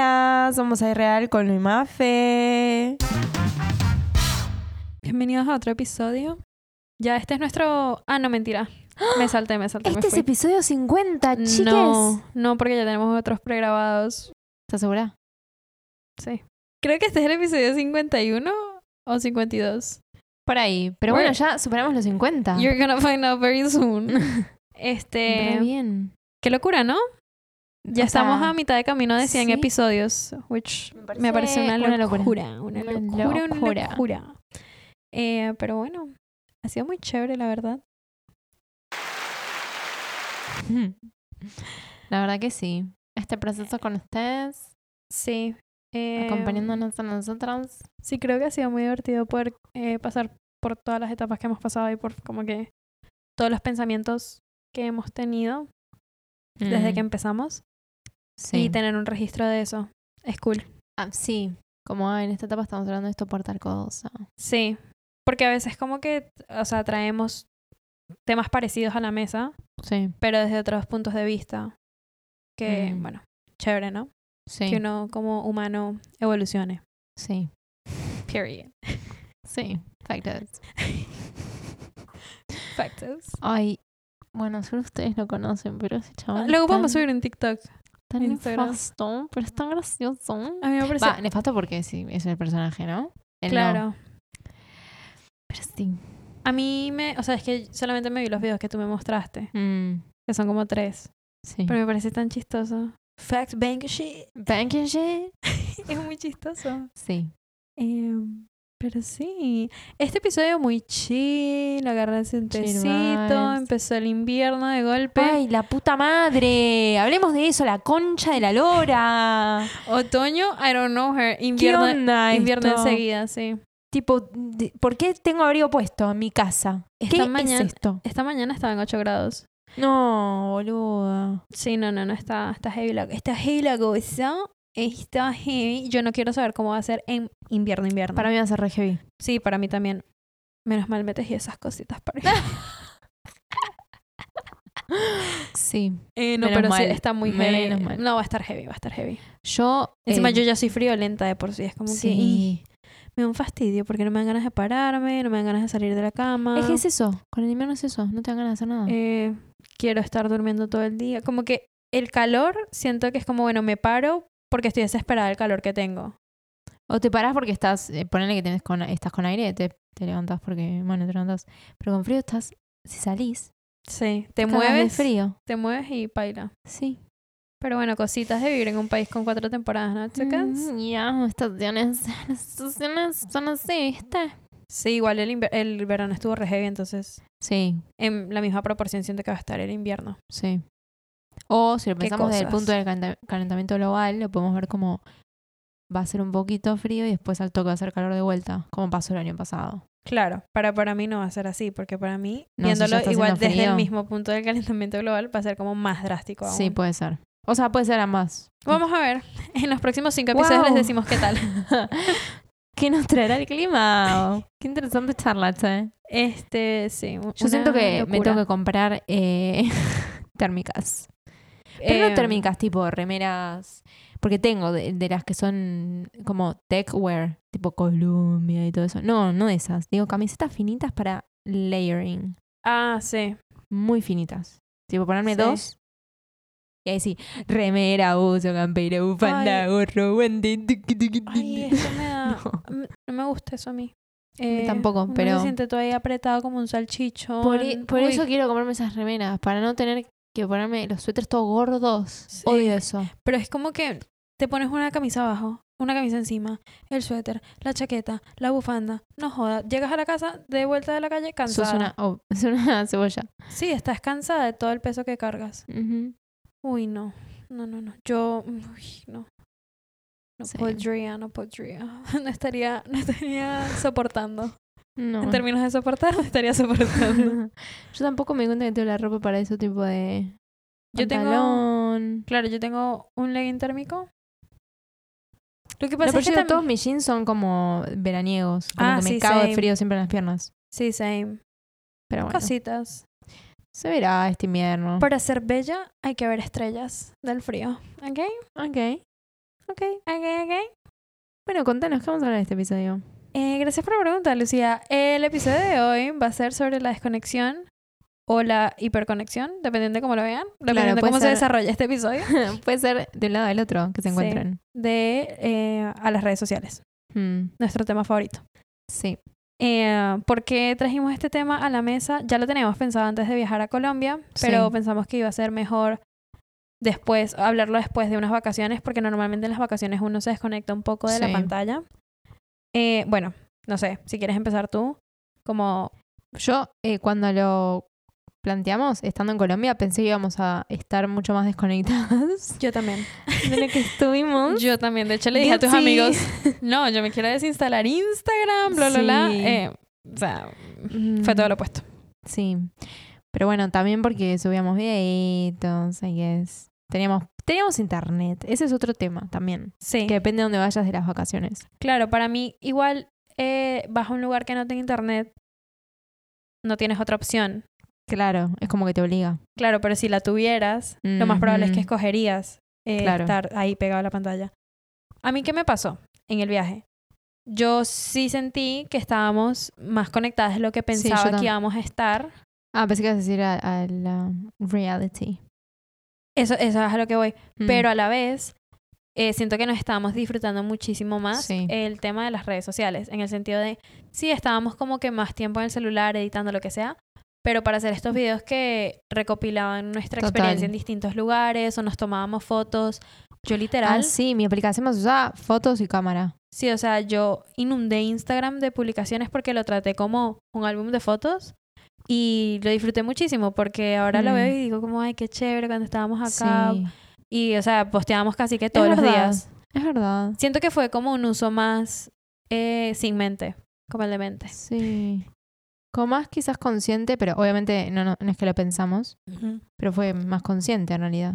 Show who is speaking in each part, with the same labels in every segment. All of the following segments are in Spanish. Speaker 1: Hola, somos Real con mi Mafe.
Speaker 2: Bienvenidos a otro episodio. Ya este es nuestro... Ah, no, mentira. Me salté, me salté. me
Speaker 1: Este es
Speaker 2: fui.
Speaker 1: episodio 50, chiques.
Speaker 2: No, no, porque ya tenemos otros pregrabados.
Speaker 1: ¿Estás segura?
Speaker 2: Sí. Creo que este es el episodio 51 o 52.
Speaker 1: Por ahí. Pero
Speaker 2: We're-
Speaker 1: bueno, ya superamos los 50.
Speaker 2: You're gonna find out very soon.
Speaker 1: Re
Speaker 2: Este...
Speaker 1: bien.
Speaker 2: Qué locura, ¿no? Ya
Speaker 1: O
Speaker 2: estamos
Speaker 1: sea,
Speaker 2: a mitad de camino de 100
Speaker 1: sí.
Speaker 2: episodios, which me parece una locura, una locura, una
Speaker 1: Una
Speaker 2: locura.
Speaker 1: locura.
Speaker 2: Eh, pero bueno, ha sido muy chévere, la verdad.
Speaker 1: La verdad que sí. Este proceso con ustedes,
Speaker 2: Sí. eh,
Speaker 1: acompañándonos a nosotros.
Speaker 2: Sí, creo que ha sido muy divertido poder eh, pasar por todas las etapas que hemos pasado y por como que todos los pensamientos que hemos tenido desde
Speaker 1: Mm,
Speaker 2: que empezamos
Speaker 1: sí.
Speaker 2: y tener un registro de eso. Es cool.
Speaker 1: Ah, sí. Como ah, en esta etapa estamos hablando de esto por tal cosa.
Speaker 2: Sí, porque a veces como que, o sea, traemos temas parecidos a la mesa,
Speaker 1: Sí,
Speaker 2: pero desde otros puntos de vista. Que,
Speaker 1: Mm.
Speaker 2: bueno, chévere, ¿no?
Speaker 1: sí.
Speaker 2: Que uno como humano evolucione.
Speaker 1: Sí.
Speaker 2: Period.
Speaker 1: Sí. Factors.
Speaker 2: Factos.
Speaker 1: Ay, bueno, solo ustedes lo conocen, pero ese chaval.
Speaker 2: Luego
Speaker 1: es Ah, tan-
Speaker 2: podemos subir en TikTok.
Speaker 1: Tan
Speaker 2: en Instagram.
Speaker 1: nefasto, pero es tan gracioso.
Speaker 2: A mí me parece...
Speaker 1: Va, nefasto porque sí, es el personaje, ¿no? Él no,
Speaker 2: claro.
Speaker 1: pero sí.
Speaker 2: A mí me, o sea, es que solamente me vi los videos que tú me mostraste,
Speaker 1: Mm,
Speaker 2: que son como tres,
Speaker 1: sí.
Speaker 2: pero me parece tan chistoso. Fact bank shit.
Speaker 1: Banquete.
Speaker 2: Es muy chistoso.
Speaker 1: Sí.
Speaker 2: Em, pero sí, este episodio muy chill, agarrarse un
Speaker 1: Chill
Speaker 2: tecito,
Speaker 1: vibes.
Speaker 2: empezó el invierno de golpe,
Speaker 1: Ay, la puta madre. Hablemos de eso, la concha de la lora.
Speaker 2: otoño, I don't know her,
Speaker 1: ¿Qué
Speaker 2: invierno,
Speaker 1: onda
Speaker 2: invierno
Speaker 1: esto?
Speaker 2: enseguida, sí.
Speaker 1: Tipo, de- ¿por qué tengo abrigo puesto en mi casa?
Speaker 2: Esta
Speaker 1: ¿Qué
Speaker 2: mañana-
Speaker 1: es esto?
Speaker 2: Esta mañana estaba en 8 grados.
Speaker 1: No, boluda.
Speaker 2: Sí, no, no, no, está, está heavy la, está heavy la cosa, está heavy. Yo no quiero saber cómo va a ser en invierno, invierno.
Speaker 1: Para mí va a ser re heavy.
Speaker 2: Sí, para mí también. Menos mal me tejí esas cositas para
Speaker 1: Sí.
Speaker 2: eh, No,
Speaker 1: Menos
Speaker 2: pero sí,
Speaker 1: mal,
Speaker 2: está muy heavy.
Speaker 1: menos mal.
Speaker 2: No, va a estar heavy, va a estar heavy.
Speaker 1: Yo.
Speaker 2: Encima
Speaker 1: eh,
Speaker 2: yo ya soy friolenta de por sí. Es como que mm,
Speaker 1: Sí.
Speaker 2: "Ih, me da un fastidio porque no me dan ganas de pararme, no me dan ganas de salir de la cama.
Speaker 1: Es que es eso. Con el invierno es eso. No te dan ganas de hacer nada.
Speaker 2: ah. Eh, quiero estar durmiendo todo el día. Como que el calor, siento que es como, bueno, me paro porque estoy desesperada del calor que tengo.
Speaker 1: O te parás porque estás. Eh, ponele que tenés con, estás con aire, te, te levantás porque. Bueno, te levantás. Pero con frío estás. Si salís.
Speaker 2: Sí, te
Speaker 1: cagás de
Speaker 2: mueves,
Speaker 1: frío.
Speaker 2: te mueves y baila.
Speaker 1: Sí.
Speaker 2: Pero bueno, cositas de vivir en un país con cuatro temporadas, ¿no? chicas?
Speaker 1: Mm, Ya, estaciones. Las estaciones son así, ¿viste?
Speaker 2: Sí, igual el, inver- el verano estuvo re heavy, entonces
Speaker 1: Sí,
Speaker 2: en la misma proporción siento que va a estar el invierno.
Speaker 1: sí. O si lo
Speaker 2: ¿Qué
Speaker 1: pensamos desde el
Speaker 2: cosas?
Speaker 1: punto del calenta- calentamiento global, lo podemos ver como. Va a ser un poquito frío y después al toque va a hacer calor de vuelta, como pasó el año pasado.
Speaker 2: Claro, para, para mí no va a ser así, porque para mí,
Speaker 1: No, si ya
Speaker 2: viéndolo
Speaker 1: está
Speaker 2: igual
Speaker 1: haciendo
Speaker 2: desde el
Speaker 1: frío.
Speaker 2: mismo punto del calentamiento global, va a ser como más drástico aún.
Speaker 1: Sí, puede ser. O sea, puede ser ambas.
Speaker 2: Vamos a ver, en los próximos cinco episodios
Speaker 1: Wow.
Speaker 2: les decimos qué tal.
Speaker 1: ¿Qué nos traerá el clima? Qué interesante charla, che.
Speaker 2: Este, sí. u-
Speaker 1: Yo
Speaker 2: una
Speaker 1: siento que me
Speaker 2: locura.
Speaker 1: tengo que comprar eh, térmicas. Pero
Speaker 2: Eh,
Speaker 1: no térmicas tipo remeras, porque tengo de, de las que son como techwear, tipo Columbia y todo eso. No, no de esas. Digo, camisetas finitas para layering.
Speaker 2: Ah, sí.
Speaker 1: Muy finitas. Tipo, ponerme
Speaker 2: Sí.
Speaker 1: dos. Y ahí sí, remera, buzo, campera, bufanda,
Speaker 2: Ay.
Speaker 1: gorro, guante. tuqui, tuqui,
Speaker 2: Ay,
Speaker 1: tuqui.
Speaker 2: eso me da...
Speaker 1: No.
Speaker 2: m- No me gusta eso a mí. Eh,
Speaker 1: tampoco,
Speaker 2: uno
Speaker 1: pero-
Speaker 2: Se siente todavía apretado como un salchichón.
Speaker 1: Por, i- por
Speaker 2: Uy,
Speaker 1: eso quiero comprarme esas remeras, para no tener que ponerme los suéteres todos gordos.
Speaker 2: Sí.
Speaker 1: Odio eso.
Speaker 2: Pero es como que te pones una camisa abajo, una camisa encima, el suéter, la chaqueta, la bufanda. No jodas. Llegas a la casa, de vuelta de la calle,
Speaker 1: Sos
Speaker 2: cansada.
Speaker 1: una, oh, es una cebolla.
Speaker 2: Sí, estás cansada de todo el peso que cargas.
Speaker 1: Ujú.
Speaker 2: Uy, no. No, no, no. Yo, uy, no. No
Speaker 1: Sí.
Speaker 2: podría, no podría. No estaría, no estaría soportando.
Speaker 1: No.
Speaker 2: En términos de soportar, no estaría soportando.
Speaker 1: Yo tampoco me di cuenta que tengo la ropa para ese tipo de
Speaker 2: Yo tengo-
Speaker 1: pantalón.
Speaker 2: Claro, yo tengo un legging térmico. Lo que
Speaker 1: No,
Speaker 2: pasa
Speaker 1: pero
Speaker 2: es que
Speaker 1: yo
Speaker 2: también...
Speaker 1: todos mis jeans son como veraniegos. Como
Speaker 2: Ah,
Speaker 1: que me
Speaker 2: sí,
Speaker 1: cago
Speaker 2: same.
Speaker 1: de frío siempre en las piernas.
Speaker 2: Sí, same.
Speaker 1: Pero bueno,
Speaker 2: Cositas.
Speaker 1: se verá este invierno.
Speaker 2: Para ser bella hay que ver estrellas del frío, ¿ok?
Speaker 1: Ok. Ok.
Speaker 2: Ok, ok.
Speaker 1: Bueno, contanos, ¿qué vamos a hablar de este episodio?
Speaker 2: Eh, gracias por la pregunta, Lucía. El episodio de hoy va a ser sobre la desconexión o la hiperconexión, dependiendo de cómo lo vean, dependiendo de
Speaker 1: puede
Speaker 2: cómo se
Speaker 1: ser-
Speaker 2: desarrolla este episodio,
Speaker 1: Puede ser de un lado del otro que se
Speaker 2: Sí.
Speaker 1: encuentren.
Speaker 2: de eh, a las redes sociales,
Speaker 1: Hmm,
Speaker 2: nuestro tema favorito.
Speaker 1: Sí.
Speaker 2: Eh, ¿Por qué trajimos este tema a la mesa? Ya lo teníamos pensado antes de viajar a Colombia, pero
Speaker 1: Sí.
Speaker 2: pensamos que iba a ser mejor después, hablarlo después de unas vacaciones, porque normalmente en las vacaciones uno se desconecta un poco de la
Speaker 1: Sí.
Speaker 2: pantalla. Eh, bueno, no sé, si quieres empezar tú, como...
Speaker 1: Yo, eh, cuando lo planteamos, estando en Colombia, pensé que íbamos a estar mucho más desconectadas
Speaker 2: Yo también.
Speaker 1: de lo que estuvimos.
Speaker 2: Yo también, de hecho le dije a tus
Speaker 1: Guilty.
Speaker 2: amigos, no, yo me quiero desinstalar Instagram, bla, bla, bla.
Speaker 1: Sí.
Speaker 2: Eh, o sea, fue todo lo opuesto.
Speaker 1: Mm, Sí. Pero bueno, también porque subíamos videitos, I guess. Teníamos, teníamos internet. Ese es otro tema también.
Speaker 2: Sí.
Speaker 1: Que depende de dónde vayas de las vacaciones.
Speaker 2: Claro, para mí igual eh, vas a un lugar que no tenga internet, no tienes otra opción.
Speaker 1: Claro, es como que te obliga.
Speaker 2: Claro, pero si la tuvieras, lo más probable es que
Speaker 1: Ujú.
Speaker 2: escogerías eh,
Speaker 1: Claro.
Speaker 2: estar ahí pegado a la pantalla. A mí, ¿qué me pasó en el viaje? Yo sí sentí que estábamos más conectadas de lo que
Speaker 1: Sí, yo
Speaker 2: pensaba que
Speaker 1: tam-
Speaker 2: íbamos a estar.
Speaker 1: Ah, pensé que ibas a decir a, a la reality.
Speaker 2: Eso, eso es a lo que voy.
Speaker 1: Mm.
Speaker 2: pero a la vez eh, siento que nos estábamos disfrutando muchísimo más
Speaker 1: Sí.
Speaker 2: el tema de las redes sociales, en el sentido de, sí, estábamos como que más tiempo en el celular editando lo que sea, pero para hacer estos videos que recopilaban nuestra
Speaker 1: Total.
Speaker 2: experiencia en distintos lugares o nos tomábamos fotos, yo literal,
Speaker 1: Ah,
Speaker 2: sí.
Speaker 1: sí, mi aplicación más usada, fotos y cámara.
Speaker 2: o sea, yo inundé Instagram de publicaciones porque lo traté como un álbum de fotos. Y lo disfruté muchísimo porque ahora lo
Speaker 1: Mm.
Speaker 2: veo y digo como, ay, qué chévere cuando estábamos acá.
Speaker 1: Sí.
Speaker 2: Y, o sea, posteábamos casi que todos los
Speaker 1: verdad.
Speaker 2: días.
Speaker 1: Es verdad.
Speaker 2: Siento que fue como un uso más eh, sin mente, como el de mente.
Speaker 1: Sí. Como más quizás consciente, pero obviamente no, no, no es que lo pensamos, pero fue más consciente en realidad.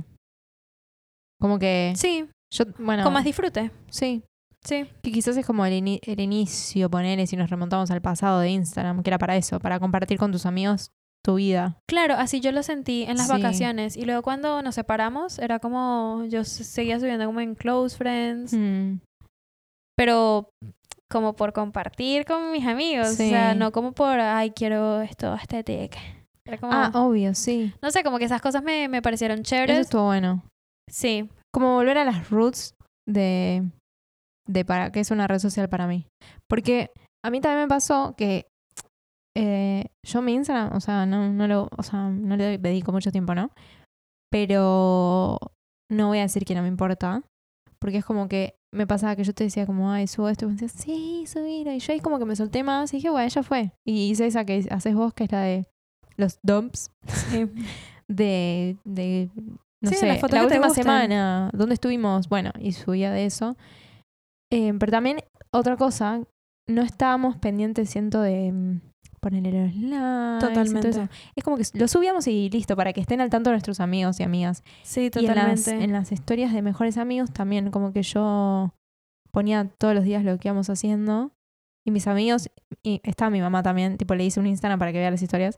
Speaker 1: Como que
Speaker 2: Sí,
Speaker 1: yo, bueno,
Speaker 2: con más disfrute.
Speaker 1: sí,
Speaker 2: Sí,
Speaker 1: que quizás es como el, ini- el inicio, ponele, si nos remontamos al pasado de Instagram, que era para eso, para compartir con tus amigos tu vida.
Speaker 2: claro, así yo lo sentí en las
Speaker 1: Sí.
Speaker 2: vacaciones. Y luego cuando nos separamos, era como yo se- seguía subiendo como en Close
Speaker 1: Mm.
Speaker 2: Friends, pero como por compartir con mis amigos. O sea,
Speaker 1: Sí.
Speaker 2: no como por, ay, quiero esto estética. Era como,
Speaker 1: Ah, obvio, sí.
Speaker 2: no sé, como que esas cosas me, me parecieron
Speaker 1: Eso
Speaker 2: chéveres.
Speaker 1: estuvo bueno.
Speaker 2: Sí,
Speaker 1: Como volver a las roots de, de para qué es una red social para mí. Porque a mí también me pasó que eh, yo mi Instagram, o sea, no, no lo, o sea, no le doy- dedico mucho tiempo, ¿no? Pero no voy a decir que no me importa. Porque es como que me pasaba que yo te decía como, ay, subo esto. Y me decías, sí, subir. Y yo ahí como que me solté más. Y dije, bueno, ya fue. Y hice esa que haces vos, que es la de los dumps
Speaker 2: sí.
Speaker 1: de, de no
Speaker 2: Sí,
Speaker 1: sé,
Speaker 2: las fotos
Speaker 1: la
Speaker 2: que te
Speaker 1: última
Speaker 2: gustan.
Speaker 1: semana, dónde estuvimos, bueno, y subía de eso. Eh, pero también otra cosa, no estábamos pendientes, siento, de mm, ponerle los likes. y todo
Speaker 2: Totalmente.
Speaker 1: eso. Es como que lo subíamos y listo, para que estén al tanto nuestros amigos y amigas.
Speaker 2: sí,
Speaker 1: Y en las,
Speaker 2: totalmente.
Speaker 1: en las historias de mejores amigos también, como que yo ponía todos los días lo que íbamos haciendo. Y mis amigos, y estaba mi mamá también, tipo le hice un Instagram para que vea las historias.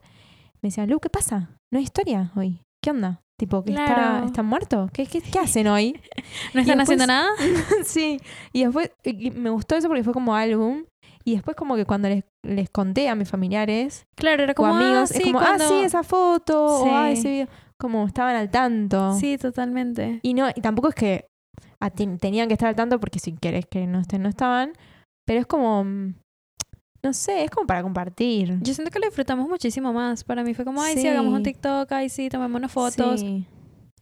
Speaker 1: Me decía, Lu, ¿qué pasa? No hay historia hoy. ¿Qué onda? Tipo, que está-
Speaker 2: Claro.
Speaker 1: ¿están muertos? ¿Qué, qué, qué hacen hoy?
Speaker 2: ¿No están haciendo
Speaker 1: después-
Speaker 2: nada?
Speaker 1: sí. Y después y- y me gustó eso porque fue como álbum. Y después como que cuando les, les conté a mis familiares
Speaker 2: Claro, era
Speaker 1: o
Speaker 2: como,
Speaker 1: amigos,
Speaker 2: ah,
Speaker 1: es
Speaker 2: sí,
Speaker 1: como, ah, sí,
Speaker 2: cuando-
Speaker 1: esa foto, o ah,
Speaker 2: Sí.
Speaker 1: ese video. Como estaban al tanto.
Speaker 2: Sí, totalmente.
Speaker 1: Y no, y tampoco es que a ti- tenían que estar al tanto porque si querés que no estén, no estaban. Pero es como. mm, No sé, es como para compartir.
Speaker 2: Yo siento que lo disfrutamos muchísimo más. Para mí fue como, ay, sí, hagamos un
Speaker 1: Sí.
Speaker 2: TikTok, ay, sí, tomémonos fotos.
Speaker 1: Sí.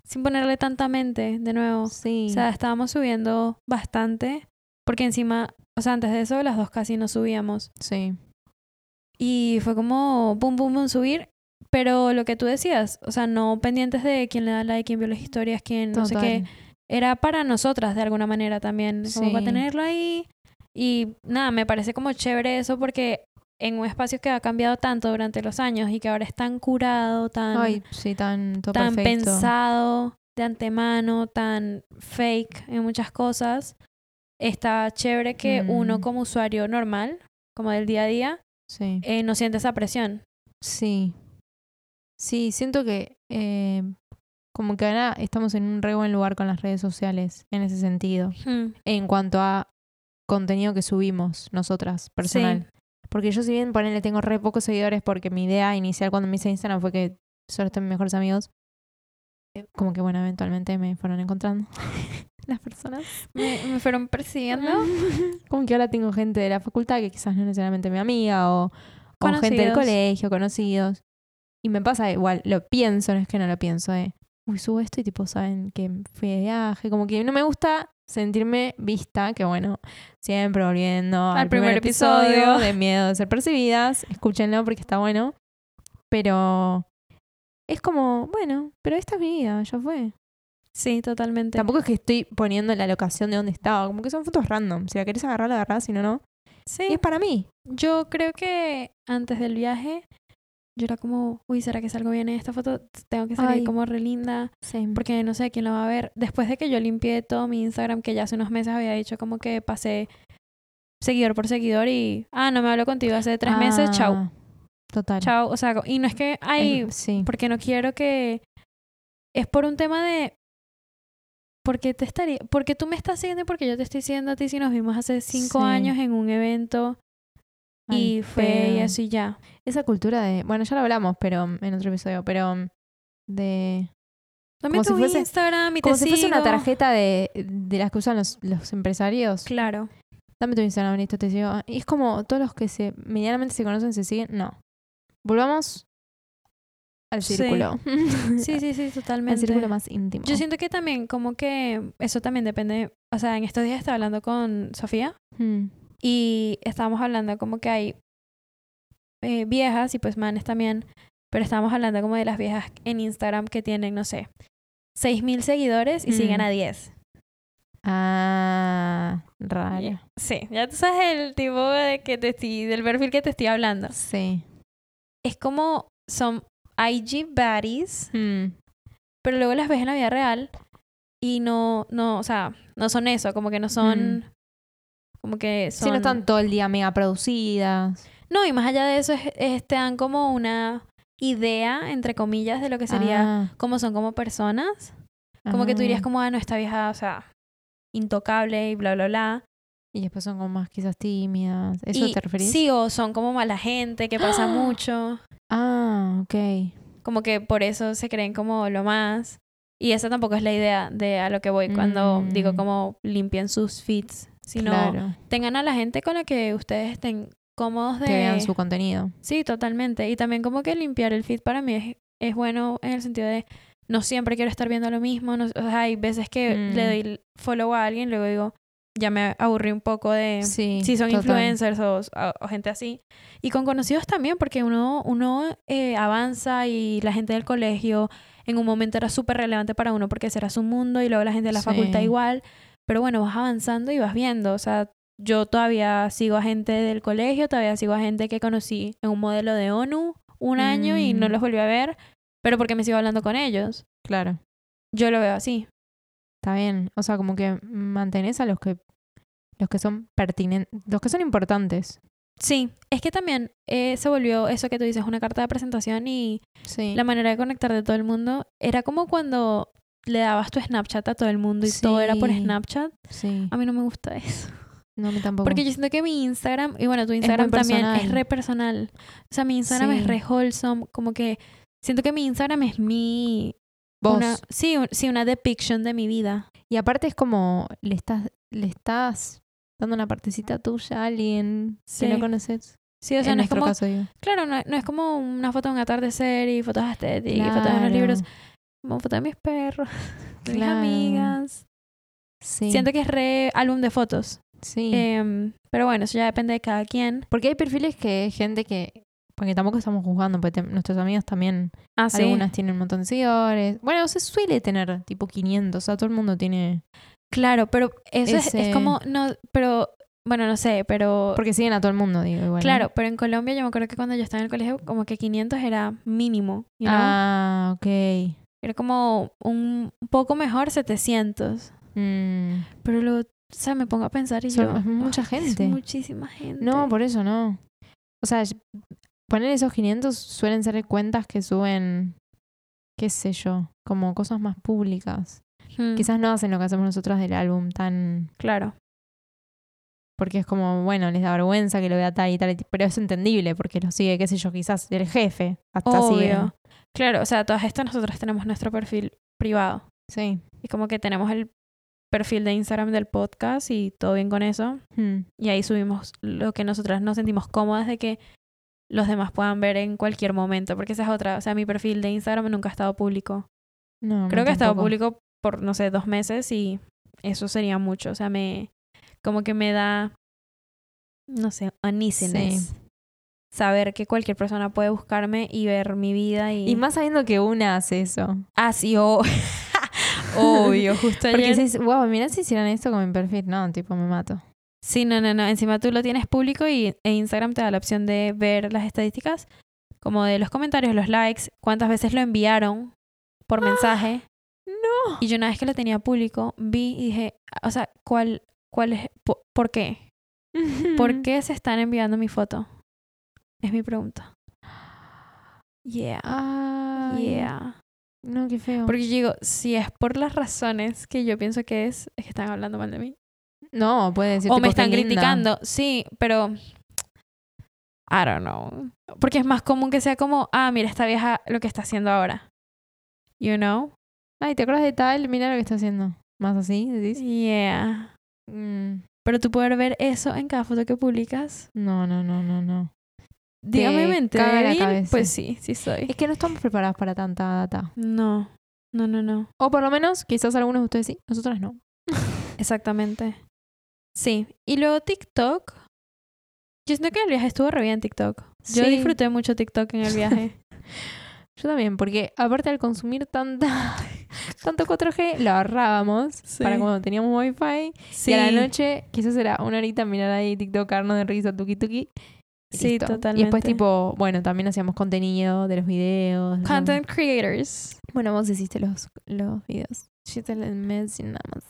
Speaker 2: Sin ponerle tanta mente, de nuevo.
Speaker 1: sí.
Speaker 2: O sea, estábamos subiendo bastante. Porque encima, o sea, antes de eso, las dos casi no subíamos.
Speaker 1: sí.
Speaker 2: Y fue como, boom, boom, boom, subir. Pero lo que tú decías, o sea, no pendientes de quién le da like, quién vio las historias, quién no sé qué.
Speaker 1: Total.
Speaker 2: Era para nosotras de alguna manera también, como para
Speaker 1: Sí.
Speaker 2: tenerlo ahí. Y nada, me parece como chévere eso porque en un espacio que ha cambiado tanto durante los años y que ahora es tan curado, tan,
Speaker 1: Ay, sí, tan, todo
Speaker 2: tan
Speaker 1: perfecto.
Speaker 2: pensado de antemano, tan fake en muchas cosas, está chévere que uno
Speaker 1: Mm.
Speaker 2: como usuario normal, como del día a día,
Speaker 1: Sí.
Speaker 2: eh, no siente esa presión.
Speaker 1: Sí. Sí, siento que eh, como que ahora estamos en un re buen lugar con las redes sociales, en ese sentido.
Speaker 2: Hmm.
Speaker 1: En cuanto a contenido que subimos nosotras, personal. Porque yo si bien ponele, tengo re pocos seguidores porque mi idea inicial cuando me hice Instagram fue que solo estén mis mejores amigos. Eh, Como que bueno, eventualmente me fueron encontrando las personas.
Speaker 2: Me, me fueron persiguiendo.
Speaker 1: Como que ahora tengo gente de la facultad que quizás no es necesariamente mi amiga o, o gente del
Speaker 2: Conocidos.
Speaker 1: colegio, conocidos. Y me pasa igual, lo pienso, no es que no lo pienso, eh. Uy, subo esto y tipo saben que fui de viaje, como que no me gusta sentirme vista, que bueno, siempre volviendo al, primer,
Speaker 2: primer
Speaker 1: episodio,
Speaker 2: episodio.
Speaker 1: de miedo de ser percibidas, escúchenlo porque está bueno, pero es como, bueno, pero esta es mi vida, ya fue.
Speaker 2: Sí, totalmente.
Speaker 1: Tampoco es que estoy poniendo la locación de dónde estaba, como que son fotos random, si la querés agarrar, la agarrás, si no, no.
Speaker 2: Sí.
Speaker 1: Y es para mí.
Speaker 2: Yo creo que antes del viaje, yo era como, uy, ¿será que salgo bien en esta foto? Tengo que salir
Speaker 1: Ay.
Speaker 2: como re linda,
Speaker 1: Sí.
Speaker 2: porque no sé quién la va a ver. Después de que yo limpié todo mi Instagram, que ya hace unos meses había dicho como que pasé seguidor por seguidor y, ah, no me hablo contigo hace tres meses, chau,
Speaker 1: Ah, Em. Total.
Speaker 2: chau. O sea, y no es que, ay,
Speaker 1: Es- sí.
Speaker 2: porque no quiero que... Es por un tema de... Porque te estaría... Porque tú me estás siguiendo y porque yo te estoy siguiendo a ti si nos vimos hace cinco
Speaker 1: Sí.
Speaker 2: años en un evento
Speaker 1: Ay,
Speaker 2: y fue y
Speaker 1: pero-
Speaker 2: eso y ya.
Speaker 1: Esa cultura de. Bueno, ya lo hablamos, pero mm, en otro episodio, pero. mm, De.
Speaker 2: Dame
Speaker 1: Como
Speaker 2: tu
Speaker 1: si fuese-
Speaker 2: Instagram y
Speaker 1: Como
Speaker 2: te
Speaker 1: si fuese una
Speaker 2: sigo.
Speaker 1: tarjeta de, de las que usan los, los empresarios.
Speaker 2: Claro.
Speaker 1: Dame tu Instagram, listo, te sigo. Y es como todos los que se medianamente se conocen se siguen. No. Volvamos al
Speaker 2: Sí.
Speaker 1: círculo.
Speaker 2: Sí, sí, sí,
Speaker 1: al
Speaker 2: totalmente.
Speaker 1: círculo más íntimo.
Speaker 2: Yo siento que también como que eso también depende, o sea, en estos días estaba hablando con Sofía
Speaker 1: Mm,
Speaker 2: y estábamos hablando como que hay eh, viejas y pues manes también, pero estábamos hablando como de las viejas en Instagram que tienen, no sé, 6.000 seguidores y
Speaker 1: Mm.
Speaker 2: siguen a 10.
Speaker 1: Ah. Raro.
Speaker 2: Sí, ya tú sabes el tipo de que te estoy, del perfil que te estoy hablando.
Speaker 1: Sí.
Speaker 2: Es como son IG baddies
Speaker 1: Mm,
Speaker 2: pero luego las ves en la vida real y no, no, o sea, no son eso, como que no son, como que son...
Speaker 1: Sí, no están todo el día mega producidas.
Speaker 2: No, y más allá de eso, es, es- te dan como una idea, entre comillas, de lo que sería, cómo son como personas,
Speaker 1: Ah,
Speaker 2: como que tú dirías
Speaker 1: ah.
Speaker 2: como, ah, no, esta vieja, o sea, intocable y bla, bla, bla.
Speaker 1: Y después son como más quizás tímidas. ¿Eso
Speaker 2: Y
Speaker 1: te referís?
Speaker 2: Sí, o son como mala gente, que pasa
Speaker 1: ¡Ah!
Speaker 2: mucho,
Speaker 1: Ah, ok.
Speaker 2: como que por eso se creen como lo más. Y esa tampoco es la idea de a lo que voy cuando
Speaker 1: Mm.
Speaker 2: digo como limpien sus feeds, sino...
Speaker 1: claro.
Speaker 2: tengan a la gente con la que ustedes estén cómodos de...
Speaker 1: Que vean su contenido.
Speaker 2: Sí, totalmente. Y también como que limpiar el feed para mí es, es bueno en el sentido de no siempre quiero estar viendo lo mismo. no- o sea, hay veces que
Speaker 1: Mm.
Speaker 2: le doy l- follow a alguien y luego digo, ya me aburrí un poco de...
Speaker 1: Sí.
Speaker 2: si eh, son
Speaker 1: total.
Speaker 2: influencers o, o- o gente así. Y con conocidos también, porque uno, uno eh, avanza y la gente del colegio en un momento era súper relevante para uno porque ese era su mundo y luego la gente de la facultad
Speaker 1: Sí.
Speaker 2: igual. Pero bueno, vas avanzando y vas viendo. O sea, yo todavía sigo a gente del colegio, todavía sigo a gente que conocí en un modelo de ONU un año y no
Speaker 1: Mm.
Speaker 2: los volví a ver, pero porque me sigo hablando con ellos.
Speaker 1: Claro.
Speaker 2: Yo lo veo así.
Speaker 1: Está bien. O sea, como que mantenés a los que los que son pertinentes, los que son importantes.
Speaker 2: Sí, es que también eh, se volvió eso que tú dices, una carta de presentación y
Speaker 1: Sí.
Speaker 2: la manera de conectar de todo el mundo era como cuando le dabas tu Snapchat a todo el mundo y todo era por
Speaker 1: Sí.
Speaker 2: Snapchat.
Speaker 1: sí.
Speaker 2: A mí no me gusta eso.
Speaker 1: No, a mí tampoco.
Speaker 2: Ah, Porque yo siento que mi Instagram, y bueno, tu Instagram
Speaker 1: Oh. muy
Speaker 2: también es
Speaker 1: personal.
Speaker 2: re personal. O sea, mi Instagram
Speaker 1: Sí.
Speaker 2: es re wholesome, como que siento que mi Instagram es mi
Speaker 1: Vos.
Speaker 2: una sí, un- sí, una depiction de mi vida.
Speaker 1: Y aparte es como le estás le estás dando una partecita tuya a alguien
Speaker 2: Sí.
Speaker 1: que no conoces.
Speaker 2: Sí, o sea,
Speaker 1: en
Speaker 2: no es
Speaker 1: nuestro
Speaker 2: como
Speaker 1: caso digo.
Speaker 2: claro, no, no es como una foto de un atardecer y fotos estéticas y fotos de unos
Speaker 1: Claro,
Speaker 2: libros, como fotos de mis perros, de mis
Speaker 1: Claro.
Speaker 2: amigas.
Speaker 1: Sí.
Speaker 2: Siento que es re álbum de fotos.
Speaker 1: sí.
Speaker 2: Em, pero bueno, eso ya depende de cada quien.
Speaker 1: Porque hay perfiles que gente que. Porque tampoco estamos juzgando, porque te- nuestras amigas también.
Speaker 2: Ah, sí.
Speaker 1: Algunas tienen un montón de seguidores. Bueno, se suele tener tipo 500, o sea, todo el mundo tiene.
Speaker 2: Claro, pero eso es,
Speaker 1: Ese-
Speaker 2: es como, no, pero, bueno, no sé, pero...
Speaker 1: Porque siguen a todo el mundo, digo, igual. ¿no?
Speaker 2: Claro, pero en Colombia yo me acuerdo que cuando yo estaba en el colegio, como que 500 era mínimo, you know?
Speaker 1: Ah, ok.
Speaker 2: Era como un poco mejor 700.
Speaker 1: Mm,
Speaker 2: Pero luego, o sea, me pongo a pensar y
Speaker 1: Son-
Speaker 2: yo...
Speaker 1: es mucha
Speaker 2: "Ay,
Speaker 1: gente".
Speaker 2: Es muchísima gente.
Speaker 1: No, por eso no. O sea, poner esos 500 suelen ser cuentas que suben qué sé yo, como cosas más públicas. Quizás no hacen lo que hacemos nosotros del álbum tan...
Speaker 2: Mm, Claro.
Speaker 1: Porque es como, bueno, les da vergüenza que lo vea tal y tal, y tal, pero es entendible porque lo sigue, qué sé yo, quizás el jefe. Hasta sigue.
Speaker 2: Obvio. Claro, o sea, todas estas nosotros tenemos nuestro perfil privado.
Speaker 1: Sí.
Speaker 2: Y como que tenemos el perfil de Instagram del podcast y todo bien con eso.
Speaker 1: Hmm.
Speaker 2: Y ahí subimos lo que nosotras nos sentimos cómodas de que los demás puedan ver en cualquier momento. Porque esa es otra. O sea, mi perfil de Instagram nunca ha estado público.
Speaker 1: No, a mí
Speaker 2: Creo que ha estado
Speaker 1: tampoco.
Speaker 2: público por, no sé, dos meses y eso sería mucho. O sea, me. Como que me da. No sé, uneasiness. Saber que cualquier persona puede buscarme y ver mi vida y.
Speaker 1: Y más sabiendo que una hace eso.
Speaker 2: así, o obvio, justo
Speaker 1: Porque
Speaker 2: ayer.
Speaker 1: dices, wow, mirá si hicieran esto con mi perfil. No, tipo, me mato.
Speaker 2: Sí, no, no, no. Encima tú lo tienes público y e Instagram te da la opción de ver las estadísticas, como de los comentarios, los likes, cuántas veces lo enviaron por mensaje.
Speaker 1: No.
Speaker 2: Y yo una vez que lo tenía público, vi y dije, "Ah, o sea, ¿cuál, cuál es, po- por qué? ¿Por qué se están enviando mi foto? Es mi pregunta. Yeah.
Speaker 1: Ay,
Speaker 2: Yeah.
Speaker 1: No, qué feo.
Speaker 2: Porque yo digo, si es por las razones que yo pienso que es, es que están hablando mal de mí.
Speaker 1: no, puede decir.
Speaker 2: o
Speaker 1: este tipo,
Speaker 2: me
Speaker 1: qué
Speaker 2: están
Speaker 1: linda.
Speaker 2: criticando. Sí, pero. I don't know. Porque es más común que sea como, ah, mira, esta vieja lo que está haciendo ahora. You know?
Speaker 1: Ay, ¿te acuerdas de tal? Mira lo que está haciendo. Más así, decís.
Speaker 2: Yeah.
Speaker 1: Mm,
Speaker 2: Pero tú poder ver eso en cada foto que publicas.
Speaker 1: No, no, no, no, no.
Speaker 2: Dígame, ¿me enteré
Speaker 1: caga la
Speaker 2: bien?
Speaker 1: cabeza.
Speaker 2: Pues sí, sí soy.
Speaker 1: Es que no estamos preparadas para tanta data.
Speaker 2: No. No, no, no.
Speaker 1: O por lo menos, quizás algunos de ustedes sí, nosotras no.
Speaker 2: Exactamente. Sí. Y luego TikTok. Yo siento que el viaje estuvo re bien TikTok. Yo
Speaker 1: Sí.
Speaker 2: disfruté mucho TikTok en el viaje.
Speaker 1: Yo también, porque aparte al consumir tanta tanto 4G, lo ahorrábamos
Speaker 2: Sí.
Speaker 1: para cuando teníamos wifi.
Speaker 2: sí.
Speaker 1: Y a la noche quizás era una horita mirar ahí TikTokarnos de risa tuki tuki. y
Speaker 2: Sí,
Speaker 1: listo.
Speaker 2: totalmente.
Speaker 1: Y después tipo, bueno, también hacíamos contenido de los videos. ¿no?
Speaker 2: Content creators.
Speaker 1: Bueno, vos hiciste los, los videos. Yo te los mencioné nada más.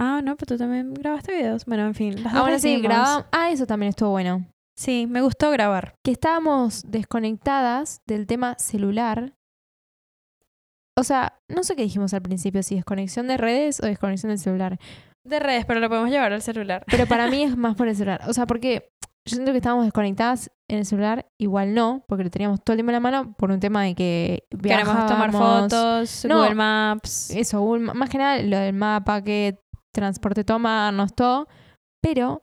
Speaker 2: Ah, no, pero tú también grabaste videos. Bueno, en fin. las dos
Speaker 1: Ahora sí,
Speaker 2: hicimos.
Speaker 1: grabamos. Ah, eso también estuvo bueno.
Speaker 2: Sí, me gustó grabar.
Speaker 1: que estábamos desconectadas del tema celular. O sea, no sé qué dijimos al principio, si desconexión de redes o desconexión del celular.
Speaker 2: De redes, pero lo podemos llevar al celular.
Speaker 1: Pero para mí es más por el celular. O sea, porque yo siento que estábamos desconectadas en el celular, igual no, porque lo teníamos todo el tiempo en la mano por un tema de que
Speaker 2: Queremos tomar
Speaker 1: viajábamos.
Speaker 2: fotos,
Speaker 1: No.
Speaker 2: Google Maps.
Speaker 1: Eso, un- más que nada lo del mapa, qué transporte tomarnos, todo. Pero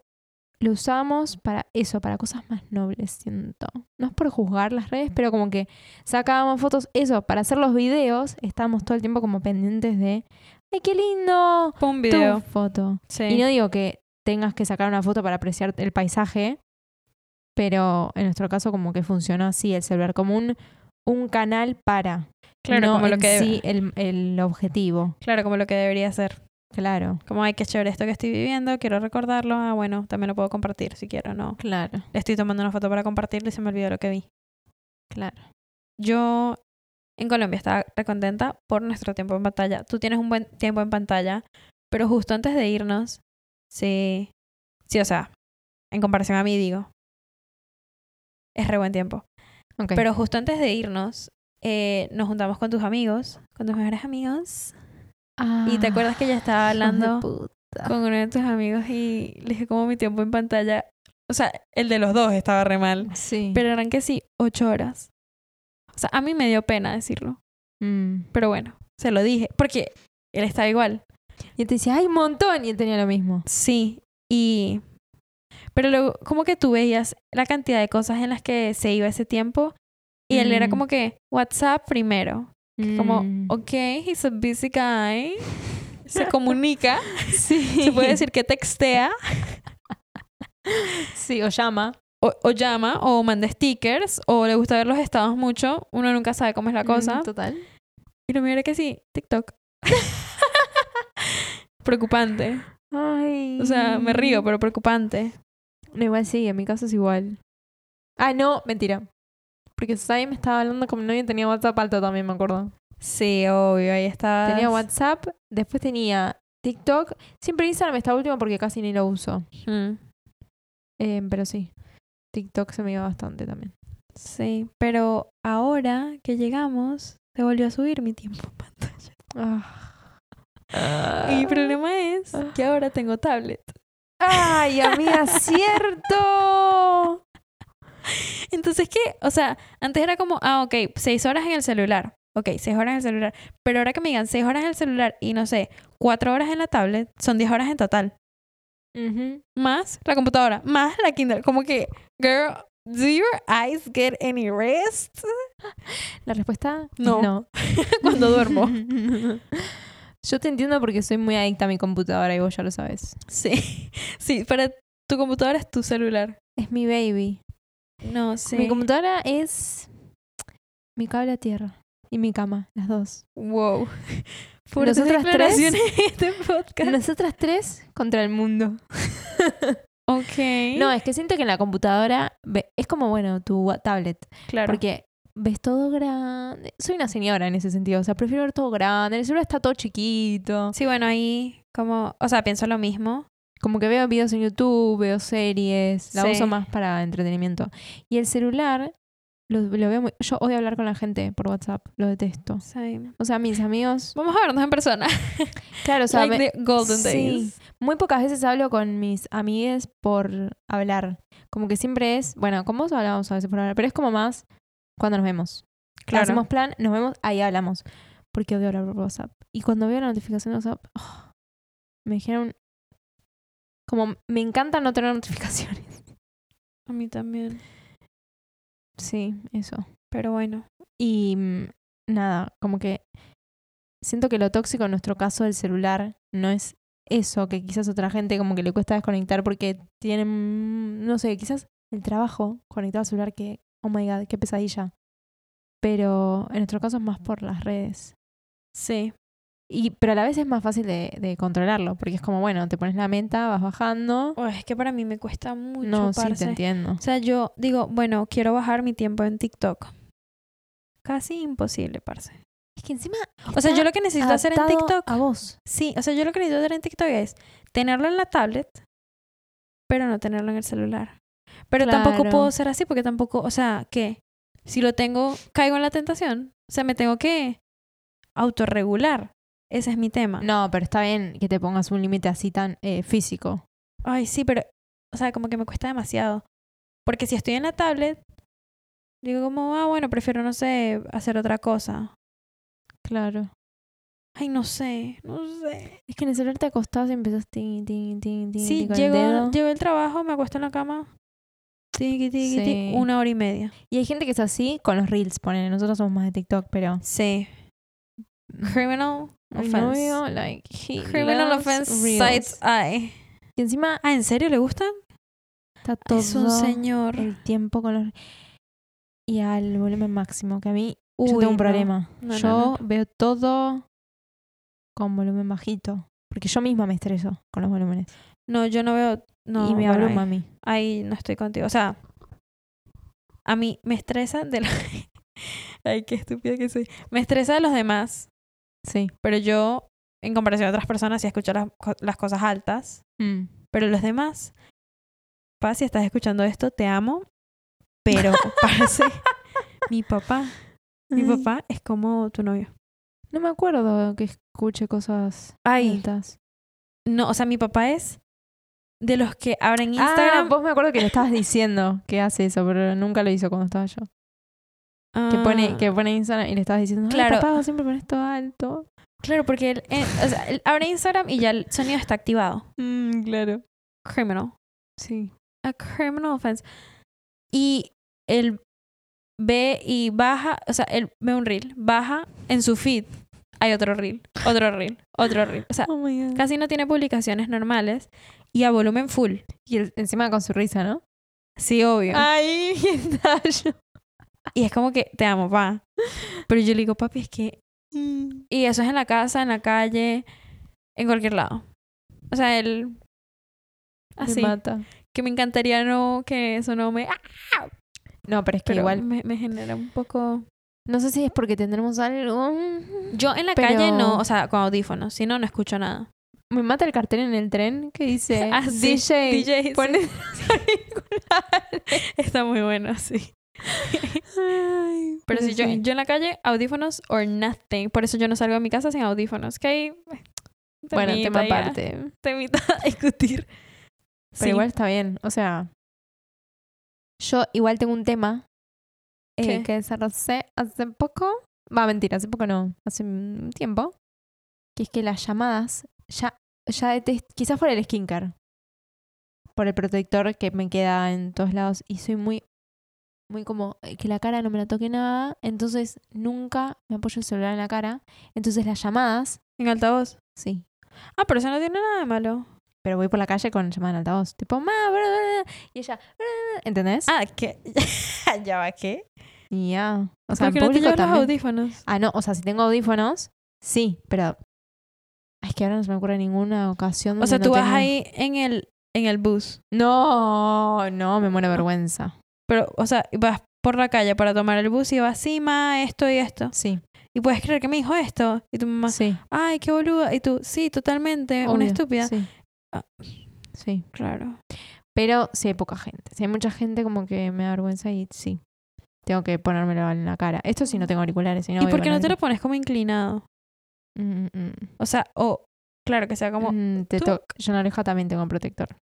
Speaker 1: lo usamos para eso, para cosas más nobles, siento. No es por juzgar las redes, pero como que sacábamos fotos, eso, para hacer los videos, estábamos todo el tiempo como pendientes de, ¡ay, qué lindo!
Speaker 2: Pon un
Speaker 1: Tu
Speaker 2: video.
Speaker 1: foto.
Speaker 2: Sí.
Speaker 1: Y no digo que tengas que sacar una foto para apreciar el paisaje, pero en nuestro caso como que funcionó así el celular, como un, un canal para
Speaker 2: claro,
Speaker 1: no
Speaker 2: como lo
Speaker 1: en
Speaker 2: que,
Speaker 1: sí el, el objetivo.
Speaker 2: claro, como lo que debería ser.
Speaker 1: Claro.
Speaker 2: Como, ay, qué chévere esto que estoy viviendo, quiero recordarlo. Ah, bueno, también lo puedo compartir si quiero, no.
Speaker 1: Claro.
Speaker 2: Le estoy tomando una foto para compartirlo y se me olvidó lo que vi.
Speaker 1: Claro.
Speaker 2: Yo en Colombia estaba recontenta por nuestro tiempo en pantalla. Tú tienes un buen tiempo en pantalla, pero justo antes de irnos, sí, sí, o sea, en comparación a mí digo, es re buen tiempo.
Speaker 1: Ok.
Speaker 2: Pero justo antes de irnos, eh, nos juntamos con tus amigos, con tus mejores amigos. Y te acuerdas que ya estaba
Speaker 1: Ah,
Speaker 2: hablando
Speaker 1: hijo de puta.
Speaker 2: con uno de tus amigos y le dije como mi tiempo en pantalla, o sea, el de los dos estaba re mal,
Speaker 1: Sí.
Speaker 2: pero eran que sí, ocho horas. O sea, a mí me dio pena decirlo.
Speaker 1: Mm.
Speaker 2: Pero bueno, se lo dije. Porque él estaba igual.
Speaker 1: Y él te decía, ¡ay, un montón! Y él tenía lo mismo.
Speaker 2: Sí. Y. Pero luego, como que tú veías la cantidad de cosas en las que se iba ese tiempo. Y él era
Speaker 1: Mm.
Speaker 2: como que WhatsApp primero. Como,
Speaker 1: Mm.
Speaker 2: ok, he's a busy guy. Se comunica.
Speaker 1: Sí.
Speaker 2: se puede decir que textea.
Speaker 1: Sí, o llama.
Speaker 2: O, o llama. O manda stickers. O le gusta ver los estados mucho. Uno nunca sabe cómo es la cosa.
Speaker 1: Mm, Total.
Speaker 2: Y lo mío era que sí, TikTok. Preocupante.
Speaker 1: Ay.
Speaker 2: O sea, me
Speaker 1: Mm.
Speaker 2: río, pero preocupante.
Speaker 1: No, igual sí, en mi caso es igual. Ah, no, mentira. Porque Sai me estaba hablando con mi novio y tenía WhatsApp alto también, me acuerdo.
Speaker 2: Sí, obvio, ahí está.
Speaker 1: Tenía WhatsApp, después tenía TikTok. Siempre Instagram está último porque casi ni lo uso.
Speaker 2: Mm.
Speaker 1: Em, pero sí, TikTok se me iba bastante también.
Speaker 2: Sí, pero ahora que llegamos, se volvió a subir mi tiempo en pantalla.
Speaker 1: Ah.
Speaker 2: Y mi problema es que ahora tengo tablet.
Speaker 1: ¡Ay, amiga, cierto!
Speaker 2: Entonces, ¿qué? O sea, antes era como, ah, ok, seis horas en el celular. Ok, seis horas en el celular. Pero ahora que me digan seis horas en el celular y no sé, cuatro horas en la tablet, son diez horas en total. Más la computadora, más la Kindle. Como que, girl, do your eyes get any rest?
Speaker 1: La respuesta
Speaker 2: No. Cuando duermo.
Speaker 1: Yo te entiendo porque soy muy adicta a mi computadora y vos ya lo sabes.
Speaker 2: Sí, sí, para tu computadora es tu celular.
Speaker 1: Es mi baby.
Speaker 2: No, sí.
Speaker 1: Mi computadora es mi cable a tierra y mi cama, las dos.
Speaker 2: Wow. Fuertes
Speaker 1: Nosotras tres.
Speaker 2: declaraciones en este podcast.
Speaker 1: Nosotras tres contra el mundo.
Speaker 2: Ok.
Speaker 1: No, es que siento que en la computadora ve- es como, bueno, tu wa- tablet.
Speaker 2: claro.
Speaker 1: Porque ves todo grande. Soy una señora en ese sentido. O sea, prefiero ver todo grande. El celular está todo chiquito.
Speaker 2: Sí, bueno, ahí como, o sea, pienso lo mismo.
Speaker 1: Como que veo videos en YouTube, veo series. La
Speaker 2: Sí.
Speaker 1: uso más para entretenimiento. Y el celular, lo, lo veo muy- Yo odio hablar con la gente por WhatsApp. Lo detesto.
Speaker 2: Same.
Speaker 1: O sea, mis amigos...
Speaker 2: Vamos a vernos en persona.
Speaker 1: Claro, o sea, me-
Speaker 2: Like the golden
Speaker 1: sí.
Speaker 2: days.
Speaker 1: muy pocas veces hablo con mis amigues por hablar. Como que siempre es... Bueno, con vos hablamos a veces por hablar. Pero es como más cuando nos vemos.
Speaker 2: Claro.
Speaker 1: Hacemos plan, nos vemos, ahí hablamos. Porque odio hablar por WhatsApp. Y cuando veo la notificación de WhatsApp, oh, me dijeron. Como me encanta no tener notificaciones.
Speaker 2: A mí también.
Speaker 1: Sí, eso.
Speaker 2: Pero bueno.
Speaker 1: Y mm, nada, como que siento que lo tóxico en nuestro caso del celular no es eso, que quizás otra gente como que le cuesta desconectar porque tienen, mm, no sé, quizás el trabajo conectado al celular que, oh my god, qué pesadilla. Pero en nuestro caso es más por las redes.
Speaker 2: Sí.
Speaker 1: Y, pero a la vez es más fácil de, de controlarlo, porque es como, bueno, te pones la meta, vas bajando.
Speaker 2: Uy, Oh, es que para mí me cuesta mucho
Speaker 1: No, sí,
Speaker 2: parce.
Speaker 1: te entiendo.
Speaker 2: O sea, yo digo, bueno, quiero bajar mi tiempo en TikTok. Casi imposible, parce.
Speaker 1: Es que encima.
Speaker 2: O sea, yo lo que necesito hacer en TikTok
Speaker 1: A vos.
Speaker 2: Sí, o sea, yo lo que necesito hacer en TikTok es tenerlo en la tablet, pero no tenerlo en el celular. Pero tampoco
Speaker 1: Claro.
Speaker 2: puedo ser así porque tampoco, o sea, que si lo tengo, caigo en la tentación. O sea, me tengo que autorregular. Ese es mi tema.
Speaker 1: No, pero está bien que te pongas un límite así tan eh, físico.
Speaker 2: Ay, sí, pero, o sea, como que me cuesta demasiado. Porque si estoy en la tablet, digo como, ah, bueno, prefiero, no sé, hacer otra cosa.
Speaker 1: Claro.
Speaker 2: Ay, no sé, no sé.
Speaker 1: Es que en el celular te acostás y empezás ting, ting, ting, ting,
Speaker 2: Sí,
Speaker 1: con
Speaker 2: llego,
Speaker 1: el dedo.
Speaker 2: llego del trabajo, me acuesto en la cama. Tiqui, tiqui, tiqui,
Speaker 1: Sí.
Speaker 2: una hora y media.
Speaker 1: Y hay gente que es así con los reels, ponen. Nosotros somos más de TikTok, pero.
Speaker 2: Sí. Criminal
Speaker 1: Mi
Speaker 2: offense.
Speaker 1: novio, like, he
Speaker 2: Criminal
Speaker 1: loves
Speaker 2: offense
Speaker 1: reels.
Speaker 2: sites I.
Speaker 1: Y encima
Speaker 2: Ah, ¿en serio le gustan?
Speaker 1: está todo.
Speaker 2: Es un señor.
Speaker 1: el tiempo con los y al volumen máximo que a mí yo
Speaker 2: Uy,
Speaker 1: tengo un
Speaker 2: no.
Speaker 1: problema
Speaker 2: No, no,
Speaker 1: yo veo todo con volumen bajito porque yo misma me estreso con los volúmenes
Speaker 2: No, yo no veo. No,
Speaker 1: y me
Speaker 2: bueno,
Speaker 1: hablo
Speaker 2: ahí-
Speaker 1: mami
Speaker 2: ahí, no estoy contigo. O sea, a mí me estresa de los. Ay, qué estúpida que soy. Me estresa de los demás,
Speaker 1: sí
Speaker 2: pero yo, en comparación a otras personas, sí escucho las, co- las cosas altas.
Speaker 1: Mm.
Speaker 2: Pero los demás, Paz, si estás escuchando esto, te amo. Pero, parce, mi papá, mi
Speaker 1: Ay,
Speaker 2: papá es como tu novio.
Speaker 1: no me acuerdo que escuche cosas
Speaker 2: Ay,
Speaker 1: altas
Speaker 2: no, o sea, mi papá es de los que abren
Speaker 1: Instagram
Speaker 2: Instagram.
Speaker 1: Ah, vos me acuerdo que le estabas diciendo que hace eso pero nunca lo hizo cuando estaba yo que
Speaker 2: Ah,
Speaker 1: pone que pone Instagram y le estabas diciendo claro
Speaker 2: Claro.
Speaker 1: papá vos siempre pones todo alto
Speaker 2: Claro, porque él, eh, o sea, él abre Instagram y ya el sonido está activado.
Speaker 1: Mm, claro
Speaker 2: Criminal.
Speaker 1: sí
Speaker 2: A criminal offense. Y él ve y baja, o sea, él ve un reel, baja en su feed. Hay otro reel, otro reel, otro reel. O sea,
Speaker 1: oh my god
Speaker 2: casi no tiene publicaciones normales y a volumen full.
Speaker 1: y el- encima con su risa no
Speaker 2: Sí, obvio.
Speaker 1: Ay, está yo.
Speaker 2: Y es como que te amo, pa. Pero yo le digo, papi, es que.
Speaker 1: Mm.
Speaker 2: Y eso es en la casa, en la calle, en cualquier lado. O sea, él. Así.
Speaker 1: Me mata.
Speaker 2: que me encantaría no. Que eso no me. ¡Ah!
Speaker 1: No, pero es que
Speaker 2: Pero
Speaker 1: igual.
Speaker 2: Me, me genera un poco.
Speaker 1: No sé si es porque tendremos algo.
Speaker 2: Yo en la
Speaker 1: Pero-
Speaker 2: calle no. O sea, con audífonos. Si no, no escucho nada.
Speaker 1: Me mata el cartel en el tren que dice
Speaker 2: Ah, sí,
Speaker 1: DJ.
Speaker 2: DJ, sí.
Speaker 1: pone-
Speaker 2: Está muy bueno, sí.
Speaker 1: Ay,
Speaker 2: Pero si yo,
Speaker 1: sí.
Speaker 2: yo en la calle, audífonos or nothing. Por eso yo no salgo de mi casa sin audífonos. Que ahí.
Speaker 1: Bueno,
Speaker 2: temita
Speaker 1: tema
Speaker 2: ahí a-
Speaker 1: aparte.
Speaker 2: Temita a discutir.
Speaker 1: Pero
Speaker 2: Sí.
Speaker 1: igual está bien. O sea, yo igual tengo un tema eh,
Speaker 2: ¿Qué?
Speaker 1: que desarrollé hace poco. Va, mentira, hace poco no. Hace un tiempo. Que es que las llamadas ya, ya detesto. Quizás por el skincare. Por el protector que me queda en todos lados. Y soy muy. Muy como eh, que la cara no me la toque nada. Entonces nunca me apoyo el celular en la cara. Entonces las llamadas,
Speaker 2: En altavoz.
Speaker 1: sí.
Speaker 2: Ah, pero eso no tiene nada de malo.
Speaker 1: Pero voy por la calle con llamada en altavoz. Tipo, ma, bla, bla, bla", Y ella, "Bla, bla, bla", ¿entendés?
Speaker 2: Ah, ¿qué? ya va, ¿qué?
Speaker 1: Y ya. O sea,
Speaker 2: ¿Por
Speaker 1: en
Speaker 2: qué no te
Speaker 1: público
Speaker 2: llevas los
Speaker 1: también.
Speaker 2: audífonos?
Speaker 1: Ah, no, o sea, si tengo audífonos, sí, pero. Ay, Es que ahora no se me ocurre ninguna ocasión.
Speaker 2: O sea,
Speaker 1: donde
Speaker 2: tú
Speaker 1: Ah, no
Speaker 2: vas
Speaker 1: tenga-
Speaker 2: ahí en el, en el bus.
Speaker 1: No, no, me muero de vergüenza.
Speaker 2: Pero, o sea, vas por la calle para tomar el bus y vas, sí, ma, esto y esto.
Speaker 1: Sí,
Speaker 2: Y puedes creer que me dijo esto. Y tu mamá,
Speaker 1: sí.
Speaker 2: ay, qué boluda. Y tú, sí, totalmente, Eh, una
Speaker 1: obvio,
Speaker 2: estúpida.
Speaker 1: Sí.
Speaker 2: Ah.
Speaker 1: Sí.
Speaker 2: Claro.
Speaker 1: Pero si hay poca gente. Si hay mucha gente, como que me da vergüenza y sí. Tengo que ponérmelo en la cara. Esto si no tengo auriculares. Si no
Speaker 2: Mm. ¿Y
Speaker 1: voy
Speaker 2: por qué
Speaker 1: con
Speaker 2: no te lo
Speaker 1: auriculares.
Speaker 2: pones como inclinado?
Speaker 1: Mm, mm, mm.
Speaker 2: O sea, o, claro, que sea como,
Speaker 1: Mm, te
Speaker 2: tú-
Speaker 1: to- Yo en la oreja también tengo protector.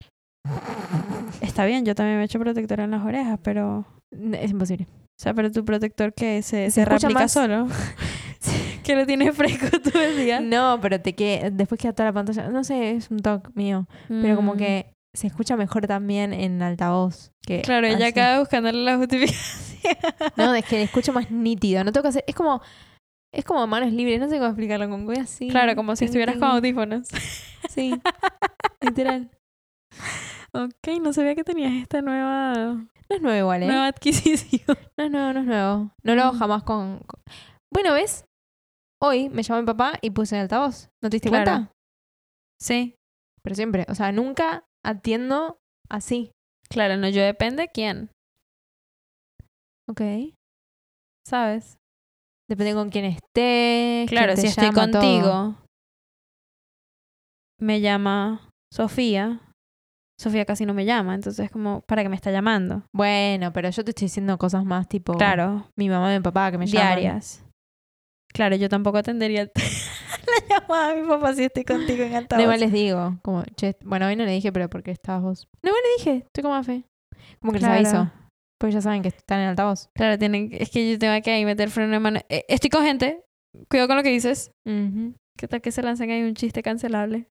Speaker 2: está bien, yo también me echo protector en las orejas, pero...
Speaker 1: N- Es imposible.
Speaker 2: O sea, pero tu protector que se,
Speaker 1: Se
Speaker 2: se,
Speaker 1: escucha
Speaker 2: replica
Speaker 1: más.
Speaker 2: solo. que lo tienes fresco tú decías.
Speaker 1: No, pero te que después queda toda la pantalla. No sé, es un toque mío. Pero
Speaker 2: Mm.
Speaker 1: como que se escucha mejor también en altavoz. Que
Speaker 2: Claro,
Speaker 1: así.
Speaker 2: ella acaba buscándole la justificación.
Speaker 1: No, es que le escucho más nítido. No tengo que hacer. Es como. Es como manos libres, no sé cómo explicarlo con voy así.
Speaker 2: claro, como si
Speaker 1: ting,
Speaker 2: estuvieras
Speaker 1: ting.
Speaker 2: con audífonos.
Speaker 1: Sí. Literal.
Speaker 2: ok, no sabía que tenías esta nueva,
Speaker 1: No es nuevo igual, ¿eh?
Speaker 2: nueva adquisición.
Speaker 1: No es nuevo, no es nuevo. No lo hago
Speaker 2: Mm.
Speaker 1: jamás con. con- Bueno, ¿ves? Hoy me llamó mi papá y puse en altavoz. ¿No te diste
Speaker 2: Claro.
Speaker 1: cuenta?
Speaker 2: Sí.
Speaker 1: Pero siempre. O sea, nunca atiendo así.
Speaker 2: Claro, no, yo depende quién,
Speaker 1: Ok.
Speaker 2: ¿sabes?
Speaker 1: Depende con quién esté.
Speaker 2: Claro, si estoy contigo, me llama Sofía. Sofía casi no me llama, entonces como, ¿para qué me está llamando?
Speaker 1: Bueno, pero yo te estoy diciendo cosas más
Speaker 2: Oh,
Speaker 1: tipo.
Speaker 2: Claro,
Speaker 1: Mi mamá y mi papá que me llaman.
Speaker 2: diarias. Claro, yo tampoco atendería el- la llamada de mi papá si estoy contigo en
Speaker 1: No,
Speaker 2: altavoz.
Speaker 1: igual les digo. Como, che, bueno, hoy no le dije, pero porque estabas vos. No, igual le dije. Estoy como fe. Como que
Speaker 2: Claro.
Speaker 1: les aviso. Porque ya saben que están en altavoz.
Speaker 2: Claro, tienen, es que yo tengo que ahí meter freno de mano. Eh, estoy con gente. Cuidado con lo que dices. ¿Qué tal que se lancen ahí un chiste cancelable?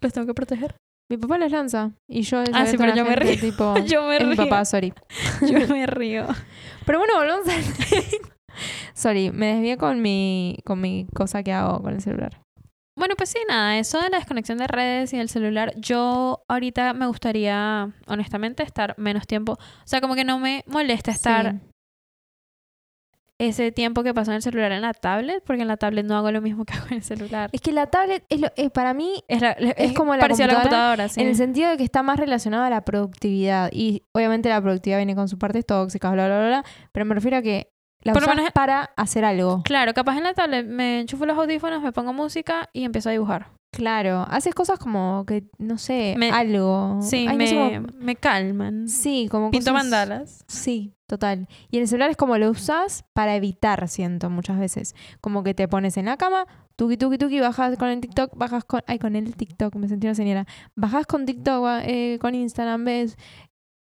Speaker 2: Los tengo que proteger.
Speaker 1: Mi papá les lanza. Y yo. les
Speaker 2: Ah,
Speaker 1: aviso
Speaker 2: sí,
Speaker 1: a
Speaker 2: pero
Speaker 1: la
Speaker 2: yo me
Speaker 1: gente,
Speaker 2: río.
Speaker 1: Tipo,
Speaker 2: Yo me
Speaker 1: es mi
Speaker 2: río.
Speaker 1: papá, sorry.
Speaker 2: Yo me río.
Speaker 1: Pero bueno, volvamos a... Sorry, me desvié con mi, con mi cosa que hago con el celular.
Speaker 2: Bueno, pues sí, nada, eso de la desconexión de redes y el celular, yo ahorita me gustaría, honestamente, estar menos tiempo. O sea, como que no me molesta estar
Speaker 1: Sí.
Speaker 2: ese tiempo que pasó en el celular en la tablet, porque en la tablet no hago lo mismo que hago en el celular.
Speaker 1: Es que la tablet es, lo, es para mí
Speaker 2: Es, la- es
Speaker 1: como la
Speaker 2: parecido a la
Speaker 1: computadora,
Speaker 2: computadora, sí.
Speaker 1: en el sentido de que está más relacionada a la productividad. Y obviamente la productividad viene con sus partes tóxicas, bla, bla, bla. bla, Pero me refiero a que la
Speaker 2: Por lo
Speaker 1: usás
Speaker 2: menos-
Speaker 1: para hacer algo.
Speaker 2: Claro, capaz en la tablet me enchufo los audífonos, me pongo música y empiezo a dibujar.
Speaker 1: Claro, haces cosas como que, no sé,
Speaker 2: Me-
Speaker 1: algo.
Speaker 2: Sí,
Speaker 1: Oh, Ay, no
Speaker 2: me,
Speaker 1: sé cómo-
Speaker 2: me calman.
Speaker 1: Sí, como
Speaker 2: Pinto
Speaker 1: cosas-
Speaker 2: mandalas.
Speaker 1: Sí, total. Y en el celular es como lo usas para evitar, siento, muchas veces. Como que te pones en la cama, tuki tuki tuki, bajas con el TikTok, bajas con. Ay, con el TikTok, me sentí una señora. Bajas con TikTok, ba- eh, con Instagram, ves.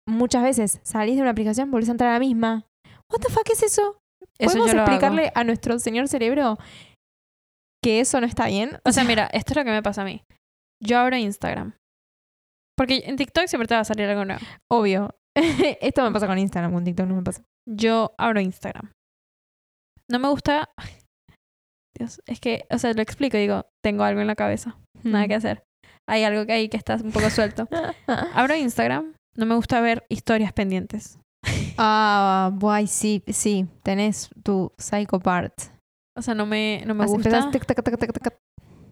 Speaker 1: Muchas veces salís de una aplicación, volvés a entrar a la misma. ¿What the fuck es eso?
Speaker 2: Eso
Speaker 1: ¿Podemos
Speaker 2: yo lo hago.
Speaker 1: explicarle a nuestro señor cerebro que eso no está bien?
Speaker 2: O sea, mira, esto es lo que me pasa a mí. Yo abro Instagram. Porque en TikTok siempre te va a salir algo nuevo.
Speaker 1: Obvio. Esto me pasa con Instagram, con TikTok no me pasa.
Speaker 2: Yo abro Instagram. No me gusta. Dios, es que, o sea, lo explico, digo, tengo algo en la cabeza, nada que hacer. Hay algo que ahí que está un poco suelto. Abro Instagram, no me gusta ver historias pendientes.
Speaker 1: Ah, guay, sí, sí, tenés tu psycho part.
Speaker 2: O sea, no me, no me
Speaker 1: Así
Speaker 2: gusta
Speaker 1: empezás, tic, tac, tac, tac, tac,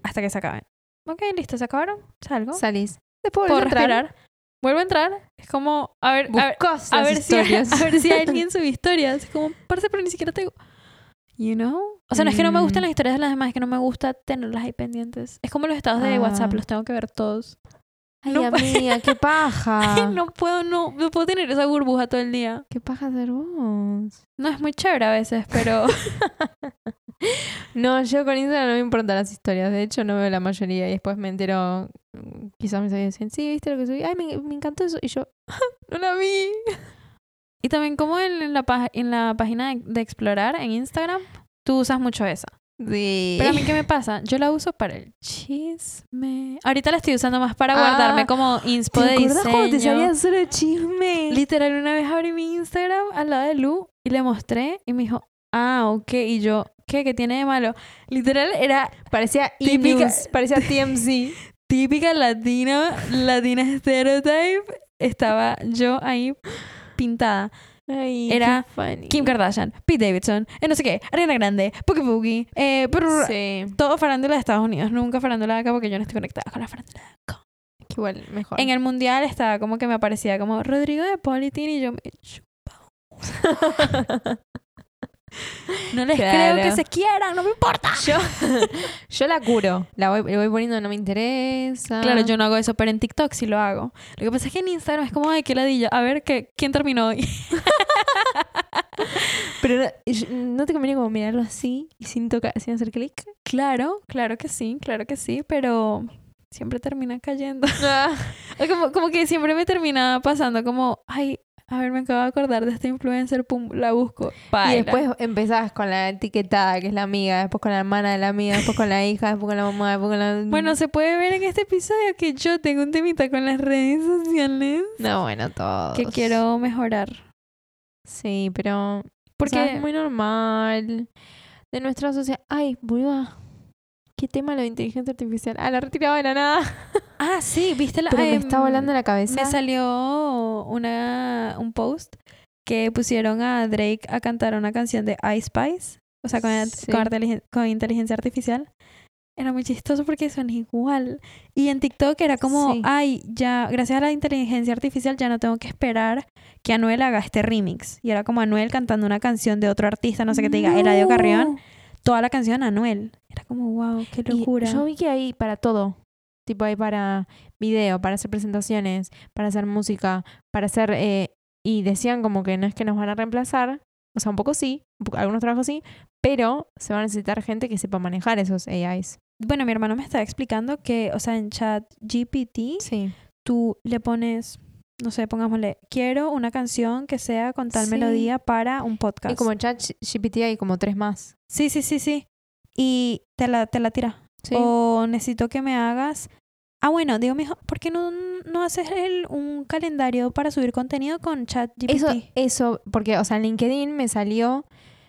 Speaker 2: hasta que se acaben. Ok, listo, se acabaron, salgo.
Speaker 1: salís. Después
Speaker 2: Puedo
Speaker 1: volvés a entrar,
Speaker 2: respirar. Vuelvo a entrar, es como, a ver, a ver,
Speaker 1: buscás
Speaker 2: a
Speaker 1: las
Speaker 2: ver, si,
Speaker 1: historias.
Speaker 2: a ver si alguien sube historias. Es como, parece, pero ni siquiera te... You know? O sea, no es que no me
Speaker 1: Mm.
Speaker 2: gustan las historias de las demás, es que no me gusta tenerlas ahí pendientes. Es como los estados de
Speaker 1: Ah.
Speaker 2: WhatsApp, los tengo que ver todos.
Speaker 1: Ay,
Speaker 2: No pa-
Speaker 1: amiga, qué paja.
Speaker 2: no puedo, no, no puedo tener esa burbuja todo el día.
Speaker 1: Qué paja ser vos.
Speaker 2: No es muy chévere a veces, pero
Speaker 1: No, yo con Instagram no me importan las historias. De hecho, no veo la mayoría. Y después me entero. mm, Quizás mis amigos dicen, sí, viste lo que subí. Ay, me, me encantó eso. Y yo, no la vi.
Speaker 2: Y también como en, en la, pag- en la página de, de explorar en Instagram, tú usas mucho esa.
Speaker 1: Sí.
Speaker 2: Pero a mí, ¿qué me pasa? Yo la uso para el chisme. Ahorita la estoy usando más para guardarme
Speaker 1: Ah,
Speaker 2: como inspo
Speaker 1: ¿Te
Speaker 2: de
Speaker 1: acordás cuando te
Speaker 2: diseño.
Speaker 1: sabías solo chisme?
Speaker 2: Literal, una vez abrí mi Instagram al lado de Lu y le mostré y me dijo, ah, ok. Y yo, ¿qué? ¿Qué tiene de malo? Literal, era
Speaker 1: Parecía
Speaker 2: Típica-
Speaker 1: E-News, parecía TMZ.
Speaker 2: típica latina, latina stereotype. Estaba yo ahí pintada.
Speaker 1: Ay,
Speaker 2: Era
Speaker 1: qué funny.
Speaker 2: Kim Kardashian, Pete Davidson, eh, no sé qué, Ariana Grande, Pookie Pookie, eh, brr,
Speaker 1: Sí,
Speaker 2: todo farándula de Estados Unidos, nunca farándula de acá porque yo no estoy conectada con la farándula.
Speaker 1: que igual mejor.
Speaker 2: En el mundial estaba como que me aparecía como Rodrigo de Politin y yo me chupa. No les
Speaker 1: Claro.
Speaker 2: creo que se quieran, no me importa.
Speaker 1: yo, yo la curo. La voy, le voy poniendo no me interesa.
Speaker 2: Claro, yo no hago eso, pero en TikTok sí lo hago. Lo que pasa es que en Instagram es como, ay, qué ladilla. A ver, ¿qué, ¿quién terminó hoy?
Speaker 1: Pero no, yo- no te conviene como mirarlo así y sin tocar, sin hacer clic.
Speaker 2: Claro, claro que sí, claro que sí, pero siempre termina cayendo.
Speaker 1: Ah.
Speaker 2: O Como, como que siempre me terminaba pasando como, ay, a ver, me acabo de acordar de esta influencer, pum, la busco.
Speaker 1: Y
Speaker 2: Baila.
Speaker 1: después empezás con la etiquetada, que es la amiga, después con la hermana de la amiga, después con la hija, después con la mamá, después con la...
Speaker 2: Bueno, se puede ver en este episodio que yo tengo un temita con las redes sociales
Speaker 1: no, bueno, todo.
Speaker 2: que quiero mejorar.
Speaker 1: Sí, pero... Porque
Speaker 2: Porque
Speaker 1: es muy normal. De nuestra sociedad... Ay, boluda. ¿Qué tema la inteligencia artificial? Ah, la retiraba de la nada.
Speaker 2: Ah, sí, viste la...
Speaker 1: Pero me
Speaker 2: em,
Speaker 1: está volando la cabeza.
Speaker 2: Me salió una, un post que pusieron a Drake a cantar una canción de I Spice, o sea, con,
Speaker 1: Sí.
Speaker 2: con, arteligen- con inteligencia artificial. Era muy chistoso porque son igual. Y en TikTok era como,
Speaker 1: Sí.
Speaker 2: ay, ya, gracias a la inteligencia artificial ya no tengo que esperar que Anuel haga este remix. Y era como Anuel cantando una canción de otro artista, no sé qué te diga, Eladio Carrión, toda la canción Anuel. Era como, wow, qué
Speaker 1: Y
Speaker 2: locura.
Speaker 1: yo vi que hay para todo. Tipo, hay para video, para hacer presentaciones, para hacer música, para hacer... eh, y decían como que no es que nos van a reemplazar. O sea, un poco sí, un poco- algunos trabajos sí, pero se va a necesitar gente que sepa manejar esos AIs.
Speaker 2: Bueno, mi hermano me estaba explicando que, o sea, en chat GPT
Speaker 1: Sí.
Speaker 2: tú le pones, no sé, pongámosle, quiero una canción que sea con tal
Speaker 1: Sí.
Speaker 2: melodía para un podcast.
Speaker 1: Y como chat GPT hay como tres más.
Speaker 2: Sí, sí, sí, sí. Y te la, te la tira.
Speaker 1: Sí.
Speaker 2: O necesito que me hagas... Ah, bueno, digo, mijo, ¿por qué no, no haces el- un calendario para subir contenido con ChatGPT?
Speaker 1: Eso, eso, porque, o sea, en LinkedIn me salió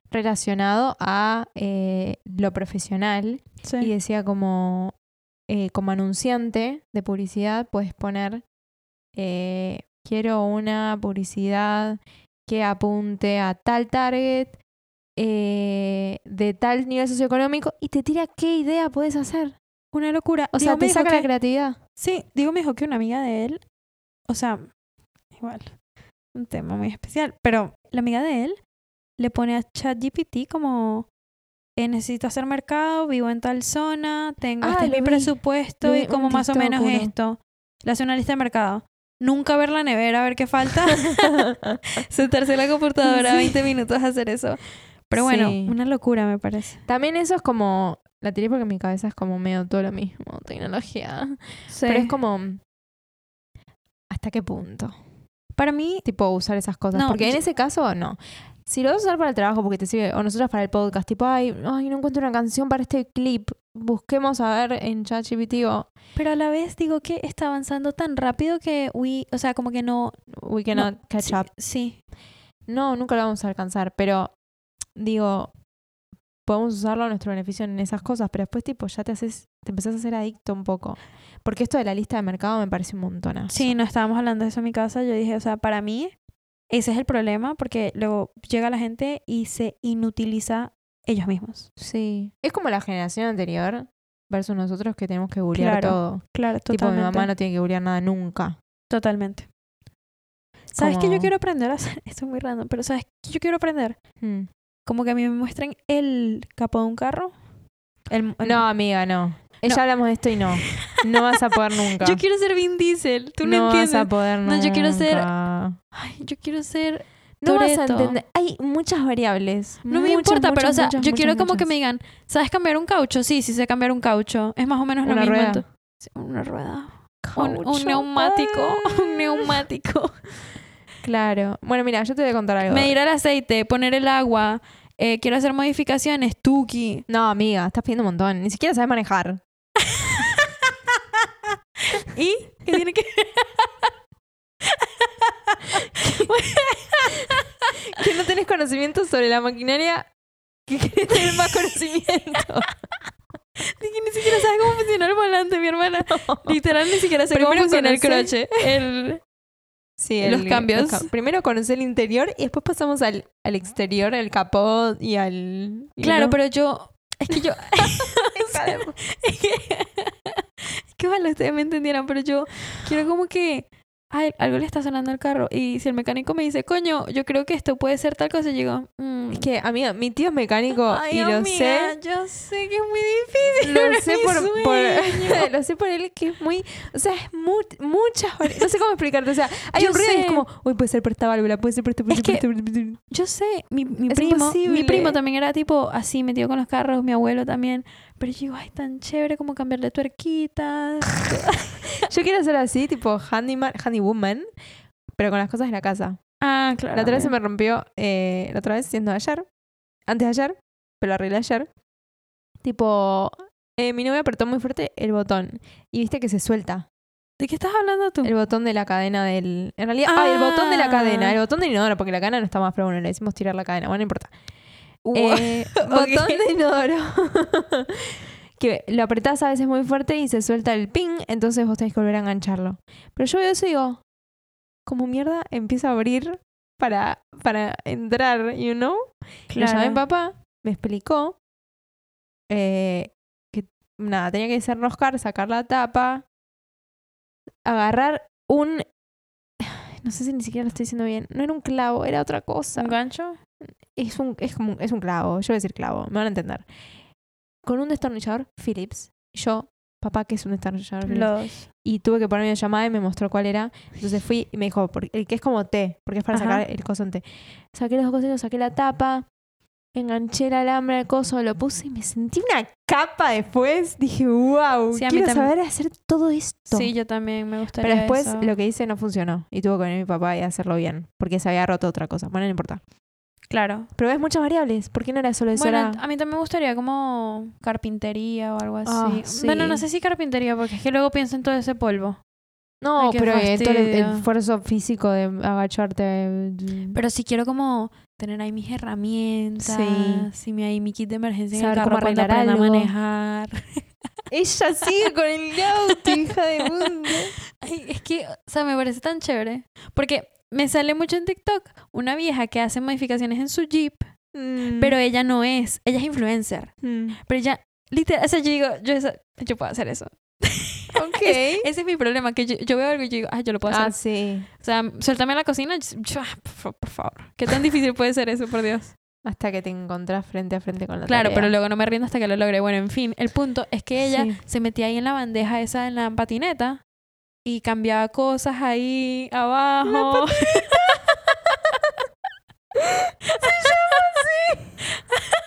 Speaker 1: relacionado a eh, lo profesional
Speaker 2: Sí.
Speaker 1: y decía como, eh, como anunciante de publicidad puedes poner, eh, quiero una publicidad que apunte a tal target, eh, de tal nivel socioeconómico, y te tira qué idea puedes hacer.
Speaker 2: Una locura.
Speaker 1: O sea,
Speaker 2: Digo,
Speaker 1: te
Speaker 2: mijo,
Speaker 1: saca
Speaker 2: que-
Speaker 1: la creatividad.
Speaker 2: Sí, digo, me dijo que una amiga de él, o sea, igual, un tema muy especial, pero la amiga de él le pone a ChatGPT como, eh, necesito hacer mercado, vivo en tal zona, tengo
Speaker 1: Ah,
Speaker 2: este es
Speaker 1: lo
Speaker 2: mi
Speaker 1: vi.
Speaker 2: presupuesto
Speaker 1: Lo
Speaker 2: y
Speaker 1: vi,
Speaker 2: como
Speaker 1: un
Speaker 2: más o
Speaker 1: TikTok,
Speaker 2: menos
Speaker 1: uno.
Speaker 2: esto. Le hace una lista de mercado. Nunca ver la nevera, a ver qué falta. Sentarse en la computadora
Speaker 1: Sí.
Speaker 2: 20 minutos a hacer eso. Pero bueno,
Speaker 1: Sí.
Speaker 2: una locura me parece.
Speaker 1: También eso es como, la tiré porque en mi cabeza es como medio todo lo mismo, tecnología. Pero es como, ¿hasta qué punto?
Speaker 2: Para mí,
Speaker 1: tipo usar esas cosas.
Speaker 2: No,
Speaker 1: porque en
Speaker 2: yo-
Speaker 1: ese caso, no. Si lo vas a usar para el trabajo porque te sirve, o nosotras para el podcast, tipo, ay, ay no encuentro una canción para este clip, busquemos a ver en ChatGPT o
Speaker 2: pero a la vez digo que está avanzando tan rápido que, uy, o sea, como que no,
Speaker 1: We Cannot Catch Up.
Speaker 2: Sí,
Speaker 1: No, nunca lo vamos a alcanzar, pero digo, podemos usarlo a nuestro beneficio en esas cosas, pero después, tipo, ya te haces, te empezás a hacer adicto un poco. Porque esto de la lista de mercado me parece un montón.
Speaker 2: sí, no estábamos hablando de eso en mi casa. Yo dije, o sea, para mí ese es el problema porque luego llega la gente y se inutiliza ellos mismos.
Speaker 1: Sí. Es como la generación anterior versus nosotros que tenemos que googlear
Speaker 2: Claro,
Speaker 1: todo.
Speaker 2: Claro,
Speaker 1: Tipo, mi
Speaker 2: totalmente.
Speaker 1: mamá no tiene que googlear nada nunca.
Speaker 2: Totalmente. ¿Sabes qué yo
Speaker 1: Como-
Speaker 2: quiero aprender a hacer? Esto es muy random, pero ¿sabes qué yo quiero aprender?
Speaker 1: Hmm.
Speaker 2: Como que a mí me muestren el capó de un carro. El, el-
Speaker 1: No, amiga, no. Eh,
Speaker 2: No.
Speaker 1: Ya hablamos de esto y no. No vas a poder nunca.
Speaker 2: Yo quiero ser Vin Diesel. Tú no,
Speaker 1: no
Speaker 2: entiendes.
Speaker 1: vas a poder
Speaker 2: No,
Speaker 1: nunca.
Speaker 2: yo quiero ser-
Speaker 1: No
Speaker 2: Ay, yo quiero ser
Speaker 1: vas a
Speaker 2: Toretto.
Speaker 1: entender. Hay muchas variables.
Speaker 2: No me
Speaker 1: Muchas,
Speaker 2: importa, pero o
Speaker 1: muchas,
Speaker 2: sea,
Speaker 1: muchas,
Speaker 2: yo quiero
Speaker 1: muchas,
Speaker 2: como que
Speaker 1: muchas.
Speaker 2: me digan, ¿sabes cambiar un caucho? Sí, sí sé cambiar un caucho. Es más o menos lo
Speaker 1: Una
Speaker 2: mismo. en
Speaker 1: rueda.
Speaker 2: tu- Sí, Una rueda. Un- Un,
Speaker 1: Caucho.
Speaker 2: neumático. Un
Speaker 1: Ah.
Speaker 2: neumático.
Speaker 1: Claro. Bueno, mira, yo te voy a contar algo.
Speaker 2: Medir el aceite, poner el agua. eh, quiero hacer modificaciones. Tuki.
Speaker 1: No, amiga, estás pidiendo un montón. Ni siquiera sabes manejar.
Speaker 2: ¿Y? ¿Qué tiene que
Speaker 1: Que no tenés conocimiento sobre la maquinaria. Que querés tener más conocimiento.
Speaker 2: Dije, ni siquiera sabe cómo funciona el volante, mi hermana. Literal, ni siquiera sé cómo
Speaker 1: Primero
Speaker 2: funciona el
Speaker 1: conocer-
Speaker 2: croche. El...
Speaker 1: Sí,
Speaker 2: Los cambios.
Speaker 1: cam- primero conocer el interior y después pasamos al, al exterior, al capot y al. y
Speaker 2: Claro,
Speaker 1: no.
Speaker 2: pero yo... Es que yo... es que es que ojalá ustedes me entendieran, pero yo quiero como que... Ay, algo le está sonando al carro. Y si el mecánico me dice, coño, yo creo que esto puede ser tal cosa, yo digo... mm,
Speaker 1: Es que, amiga, mi tío es mecánico
Speaker 2: Ay,
Speaker 1: y lo
Speaker 2: amiga,
Speaker 1: sé.
Speaker 2: yo Oh, sé que es muy difícil. pero
Speaker 1: Lo
Speaker 2: es
Speaker 1: sé
Speaker 2: mi
Speaker 1: por,
Speaker 2: sueño.
Speaker 1: por lo sé por él que es muy, o sea, es mu- muchas horas, no sé cómo explicarte, o sea, hay
Speaker 2: Yo
Speaker 1: un ruido y es
Speaker 2: sé.
Speaker 1: como, uy, puede ser por esta válvula, puede ser por esto, puede
Speaker 2: Es
Speaker 1: ser por
Speaker 2: que-
Speaker 1: esto, por esto, por
Speaker 2: Yo sé, mi, mi
Speaker 1: Es
Speaker 2: primo, mi
Speaker 1: imposible.
Speaker 2: primo también era tipo así, metido con los carros, mi abuelo también. Pero yo digo, ay, tan chévere como cambiarle tuerquitas.
Speaker 1: esto". Yo quiero ser así, tipo handyman, handywoman, pero con las cosas de la casa.
Speaker 2: ah, claro.
Speaker 1: La otra vez se me rompió, eh, la otra vez siendo ayer, antes de ayer, pero lo arreglé ayer. Tipo, eh, mi novia apretó muy fuerte el botón y viste que se suelta.
Speaker 2: ¿De qué estás hablando tú?
Speaker 1: El botón de la cadena del. En realidad. Ah, el botón de la cadena. El botón del inodoro, porque la cadena no está más, pero bueno, le decimos tirar la cadena. Bueno, no importa.
Speaker 2: Uh,
Speaker 1: Eh, Botón de inodoro. que lo apretás a veces muy fuerte y se suelta el ping, entonces vos tenés que volver a engancharlo. Pero yo veo eso y digo. Como mierda, empieza a abrir para, para entrar, you know?
Speaker 2: ah,
Speaker 1: Lo llamé a mi papá, me explicó eh, que nada, tenía que desenroscar, sacar la tapa, agarrar un. No sé si ni siquiera lo estoy diciendo bien. No era un clavo, era otra cosa.
Speaker 2: ¿Un gancho?
Speaker 1: Es un, es como, un- es un clavo, yo voy a decir clavo, me van a entender. Con un destornillador Phillips. Yo, papá, que es un destornillador Phillips?
Speaker 2: Los.
Speaker 1: Y tuve que ponerme una llamada y me mostró cuál era. Entonces fui y me dijo, por- el que es como T, porque es para
Speaker 2: Ajá.
Speaker 1: sacar el coso en T. Saqué los dos cositos, saqué la tapa, enganché el alambre al coso, lo puse y me sentí una capa después. Dije, wow,
Speaker 2: Sí, a mí
Speaker 1: quiero
Speaker 2: también.
Speaker 1: saber hacer todo esto.
Speaker 2: Sí, yo también me gustaría.
Speaker 1: Pero después
Speaker 2: eso.
Speaker 1: lo que hice no funcionó y tuvo que venir mi papá y hacerlo bien, porque se había roto otra cosa. Bueno, no importa.
Speaker 2: Claro.
Speaker 1: Pero ves muchas variables, ¿por qué no era solo eso?
Speaker 2: Bueno,
Speaker 1: Era-
Speaker 2: a mí también me gustaría como carpintería o algo así.
Speaker 1: Ah, sí.
Speaker 2: Bueno, no sé si carpintería, porque es que luego pienso en todo ese polvo.
Speaker 1: No,
Speaker 2: Ay, qué
Speaker 1: pero eh, todo el- el
Speaker 2: fastidio.
Speaker 1: esfuerzo físico de agacharte. eh,
Speaker 2: Pero sí quiero como tener ahí mis herramientas, sí. mi, ahí mi kit de emergencia en el
Speaker 1: Saber
Speaker 2: carro
Speaker 1: cómo
Speaker 2: cuando
Speaker 1: arreglar
Speaker 2: aprenda a
Speaker 1: algo.
Speaker 2: manejar.
Speaker 1: Ella sigue con el auto, hija de mundo.
Speaker 2: Ay, es que, o sea, me parece tan chévere. Porque me sale mucho en TikTok una vieja que hace modificaciones en su Jeep,
Speaker 1: Mm,
Speaker 2: pero ella no es, ella es influencer. Pero ella, literal, o sea, yo digo, yo, esa- yo puedo hacer eso.
Speaker 1: Ok.
Speaker 2: Es- ese es mi problema, que yo, yo veo algo y yo digo, ah, yo lo puedo hacer.
Speaker 1: Ah, sí.
Speaker 2: O sea, suéltame a la cocina, yo- yo, ah, por, fa- por favor. ¿Qué tan difícil puede ser eso, por Dios?
Speaker 1: Hasta que te encontrás frente a frente con la
Speaker 2: Claro,
Speaker 1: tarea.
Speaker 2: pero luego no me rindo hasta que lo logre. Bueno, en fin, el punto es que ella
Speaker 1: Sí.
Speaker 2: se metía ahí en la bandeja esa, en la patineta, y cambiaba cosas ahí abajo.